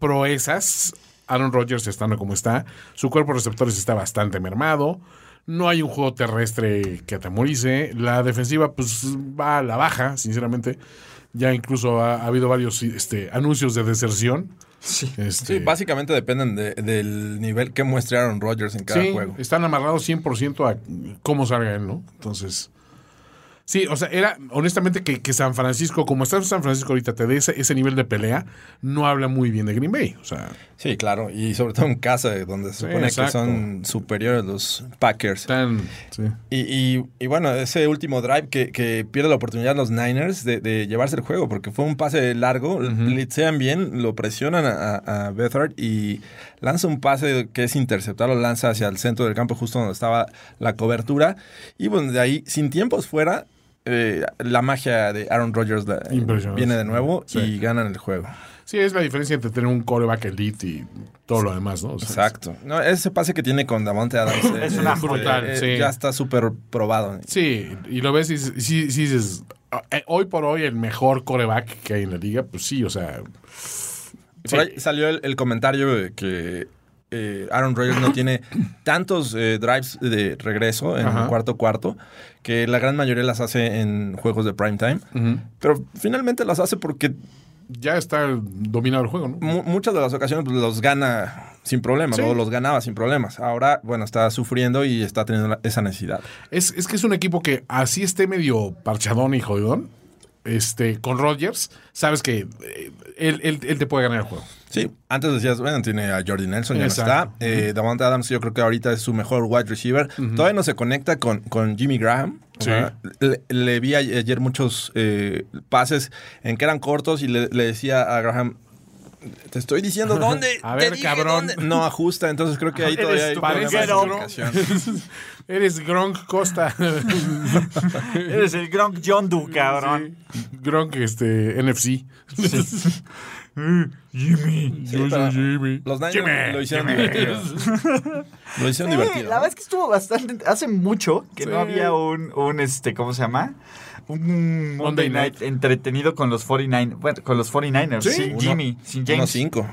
C: proezas. Aaron Rodgers estando como está. Su cuerpo de receptores está bastante mermado. No hay un juego terrestre que atemorice. La defensiva, pues, va a la baja, sinceramente. Ya incluso ha, ha habido varios este, anuncios de deserción.
A: Sí.
C: Este,
B: Sí, básicamente dependen de- del nivel que muestre Aaron Rodgers en cada
C: Sí,
B: juego.
C: están amarrados 100% a cómo salga él, ¿no? Entonces. Sí, o sea, era honestamente que, que San Francisco, como está San Francisco ahorita, te dé ese, ese nivel de pelea, no habla muy bien de Green Bay. O sea,
B: Sí, claro. Y sobre todo en casa, eh, donde se
C: Sí,
B: supone que
C: exacto.
B: son superiores los Packers.
C: están. Sí.
B: Y, y- y bueno, ese último drive que, que pierde la oportunidad los Niners de, de llevarse el juego, porque fue un pase largo, blitzean bien, lo presionan a, a- a Beathard y lanza un pase que es interceptar, lo lanza hacia el centro del campo, justo donde estaba la cobertura. Y bueno, de ahí, sin tiempos fuera, eh, la magia de Aaron Rodgers la-
C: Impresionante.
B: viene de nuevo
C: Sí.
B: y ganan el juego.
C: Sí, es la diferencia entre tener un coreback elite y todo lo demás, ¿no? O sea,
B: Exacto. No, ese pase que tiene con Davante
C: [coughs]
B: Adams eh,
A: Es una
B: este,
C: brutal,
B: eh,
C: sí.
B: ya está súper probado.
C: Sí, y lo ves y dices- sí, sí dices, ah, eh, hoy por hoy el mejor coreback que hay en la liga, pues sí, o sea.
B: Por
C: Sí.
B: ahí salió el, el comentario de que eh, Aaron Rodgers no
C: [coughs]
B: tiene tantos eh, drives de regreso en
C: Ajá.
B: cuarto cuarto, que la gran mayoría las hace en juegos de prime time. Pero finalmente las hace porque
C: Ya está dominado el juego, ¿no?
B: mu- muchas de las ocasiones pues, los gana sin problema,
C: Sí.
B: luego los ganaba sin problemas. Ahora, bueno, está sufriendo y está teniendo la- esa necesidad.
C: Es, es que es un equipo que así esté medio parchadón y jodidón. Este, con Rodgers, sabes que eh, él, él- él te puede ganar el juego.
B: Sí, antes decías, bueno, tiene a Jordi Nelson, ya
C: Exacto.
B: no está. Eh, Davante Adams, yo creo que ahorita es su mejor wide receiver. Todavía no se conecta con, con Jimmy Graham. O
C: Sí.
B: sea, Le, le vi a- ayer muchos eh, pases en que eran cortos y le, le decía a Graham. Te estoy diciendo dónde.
C: [laughs] A
B: Te
C: ver,
B: dije
C: cabrón.
B: dónde". No ajusta, entonces creo que ahí
A: Eres
B: todavía hay
A: tu
B: problemas de
A: parecer,
B: comunicación.
C: Eres Gronk Costa.
A: Eres el Gronk John Du, cabrón.
C: Gronk, este, NFC. Jimmy. Yo soy
B: pero-
C: Jimmy.
B: Los Niners
C: Jimmy,
B: lo hicieron
C: Jimmy.
B: divertido. Lo hicieron
A: Sí,
B: divertido.
A: la verdad es que estuvo bastante. Hace mucho que
C: Sí.
A: no había un, un, este, ¿cómo se llama? Un Monday Night,
C: Night.
A: entretenido con los 49, bueno, con los 49ers,
C: Sí.
A: sin
B: Uno-
A: Jimmy, sin
B: uno
A: James,
B: cinco.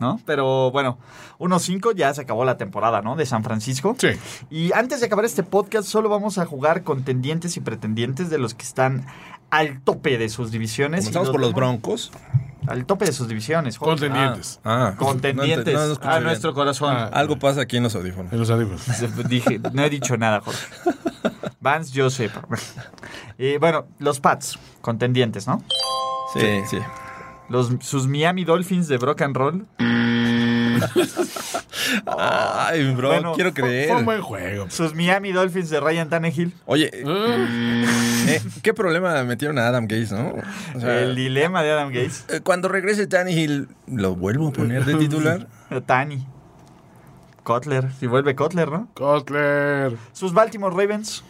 A: ¿no? Pero bueno, 1-5 ya se acabó la temporada, ¿no? De San Francisco.
C: Sí.
A: Y antes de acabar este podcast, solo vamos a jugar contendientes y pretendientes de los que están al tope de sus divisiones.
B: Comenzamos
A: Y
B: por los
A: vemos
B: Broncos.
A: Al tope de sus divisiones. joder.
C: [laughs] Contendientes.
B: Ah,
A: Ah, contendientes
B: no ent- no, no escuché
A: a
B: bien.
A: nuestro corazón.
C: Ah.
B: Algo pasa aquí en los audífonos.
C: En los
A: [laughs]
C: audífonos.
A: Dije, no he dicho nada, Jorge. Vance Joseph. [laughs] Eh, bueno, los Pats, contendientes, ¿no?
B: Sí, sí.
A: Los, sus Miami Dolphins de Brock and Roll.
B: Ay, bro,
A: Bueno,
B: quiero
A: fue-
B: creer.
C: Fue un buen juego. Mm,
A: Sus Miami Dolphins de Ryan Tannehill.
B: Oye, eh, ¿qué problema metieron a Adam Gaze, no? O sea,
A: el dilema de Adam Gates.
B: eh, cuando regrese Tannehill, ¿lo vuelvo a poner
A: [laughs]
B: de titular?
A: Tani. Kotler. Si vuelve Kotler, ¿no?
C: Kotler.
A: Sus Baltimore Ravens.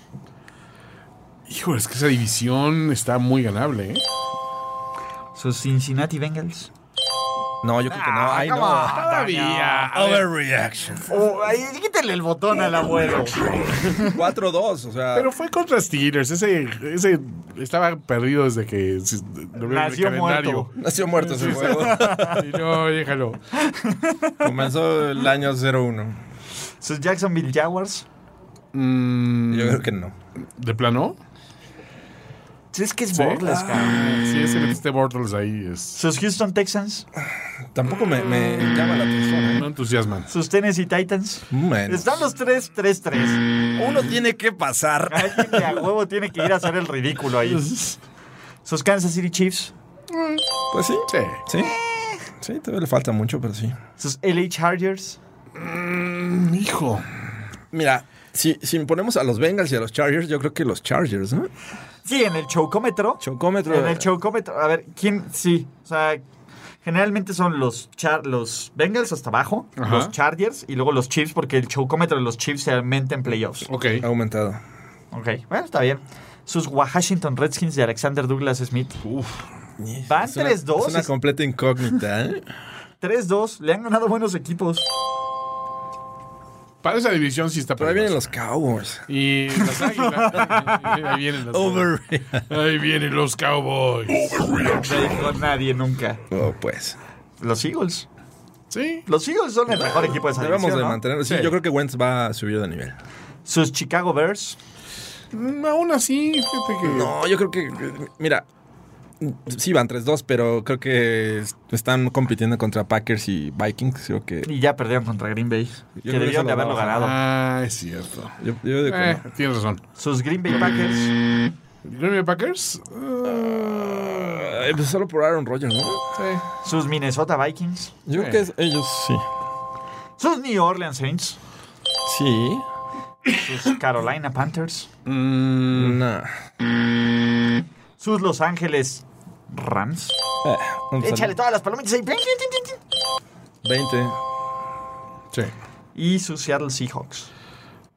C: Híjole, es que esa división está muy ganable, ¿eh?
A: Sus Cincinnati Bengals.
B: No, yo creo que
A: Ah,
B: no. Ay, no.
C: Todavía.
B: Overreaction.
A: Oh, ahí, quítale el botón al abuelo.
B: 4-2, o sea.
C: Pero fue contra Steelers. Ese, ese estaba perdido desde que se- lo vieron en el
A: Nació
C: calendario.
A: muerto.
B: Nació muerto ese juego.
C: Y no, déjalo.
B: Comenzó el año 0-1.
A: Sus Jacksonville Jaguars.
C: Mm,
B: Yo creo que no.
C: ¿De plano?
A: Sí, Es que es
C: ¿Sí?
A: Bortles,
B: Ah.
A: cabrón.
C: Sí, ese
B: Mm.
C: que este Bortles ahí es.
A: Sus Houston Texans.
B: Tampoco me, me llama la atención. ¿eh?
C: No entusiasman.
A: Sus Tennessee Titans.
B: Bueno.
A: Están los 3-3-3.
B: Uno tiene que pasar.
A: Alguien de a huevo tiene que ir a hacer el ridículo ahí. Sus Kansas City Chiefs.
B: Pues sí.
C: Sí.
B: Sí. Sí, todavía le falta mucho, pero sí.
A: Sus LA Chargers.
C: Mm, Hijo.
B: Mira, si, si ponemos a los Bengals y a los Chargers, yo creo que los Chargers, ¿no?
A: Sí, en el chocómetro.
B: Chocómetro.
A: En el chocómetro. A ver, ¿quién? Sí. O sea, generalmente son los, char los Bengals hasta abajo,
C: Ajá.
A: los Chargers y luego los Chiefs, porque el chocómetro de los Chiefs se aumenta en playoffs.
C: Ok.
B: Ha aumentado.
A: Ok, bueno, está bien. Sus Washington Redskins de Alexander Douglas Smith. Van
B: Es una-
A: 3-2.
B: Es una completa incógnita, ¿eh?
A: 3-2. Le han ganado buenos equipos.
C: Para esa división sí está
B: Pero ahí vienen
C: peligrosa.
B: los Cowboys.
C: Y las
B: [laughs]
C: águilas. ahí vienen las
B: Over.
C: Ahí vienen los Cowboys.
A: No dijo nadie nunca.
B: Oh, pues.
A: Los Eagles.
C: Sí.
A: Los Eagles son el mejor equipo de esa
B: Debemos
A: división,
B: de
A: ¿no?
B: mantenerlo. Sí,
C: Sí.
B: yo creo que Wentz va a subir de nivel.
A: Sus Chicago Bears.
C: Mm, Aún así, fíjate que.
B: No, yo creo que. Mira. Sí, van 3-2, pero creo que están compitiendo contra Packers y Vikings. Creo que.
A: Y ya perdieron contra Green Bay.
B: creo
A: que
B: que eso
A: debieron
B: lo
A: de haberlo
B: vamos a-
A: ganado.
C: Ah, es cierto.
B: Yo, yo digo que
C: Eh, tienes razón.
A: Sus Green Bay Packers.
C: Green Bay Packers. Eh,
B: no. Eh, pues solo por Aaron Rodgers, ¿no?
C: Sí.
A: Sus Minnesota Vikings.
B: Yo creo que es- ellos sí.
A: Sus New Orleans Saints.
B: Sí.
A: Sus Carolina Panthers.
B: Nah.
A: Sus Los Ángeles Rams.
B: Eh, ¿dónde
A: Échale
B: salió?
A: todas las palomitas ahí. Plin, plin, plin, plin, plin.
B: 20.
C: Sí.
A: Y sus Seattle Seahawks.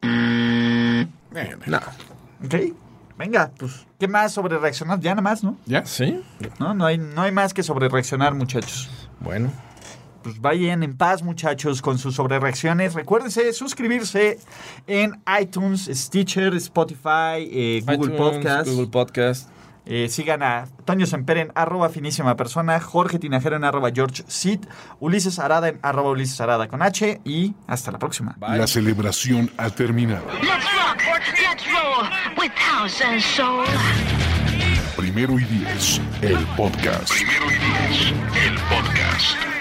C: Eh,
B: No.
A: ¿Ok? Venga, pues, ¿qué más sobre reaccionar? Ya nada más, ¿no?
C: ¿Ya?
B: ¿Sí?
A: No, no hay, no hay más que sobre reaccionar, muchachos.
B: Bueno.
A: Pues vayan en paz, muchachos, con sus sobrereacciones. Recuérdense suscribirse en iTunes, Stitcher, Spotify, eh, Google
B: iTunes,
A: Podcast.
B: Google Podcast.
A: Eh, sigan a Toño Semper en arroba finísima persona, Jorge Tinajero en arroba George Sid, Ulises Arada en arroba Ulises Arada con H y hasta la próxima.
D: La celebración ha terminado.
E: Let's rock, let's roll with house and soul.
D: Primero y diez, el podcast. Primero y diez, el podcast.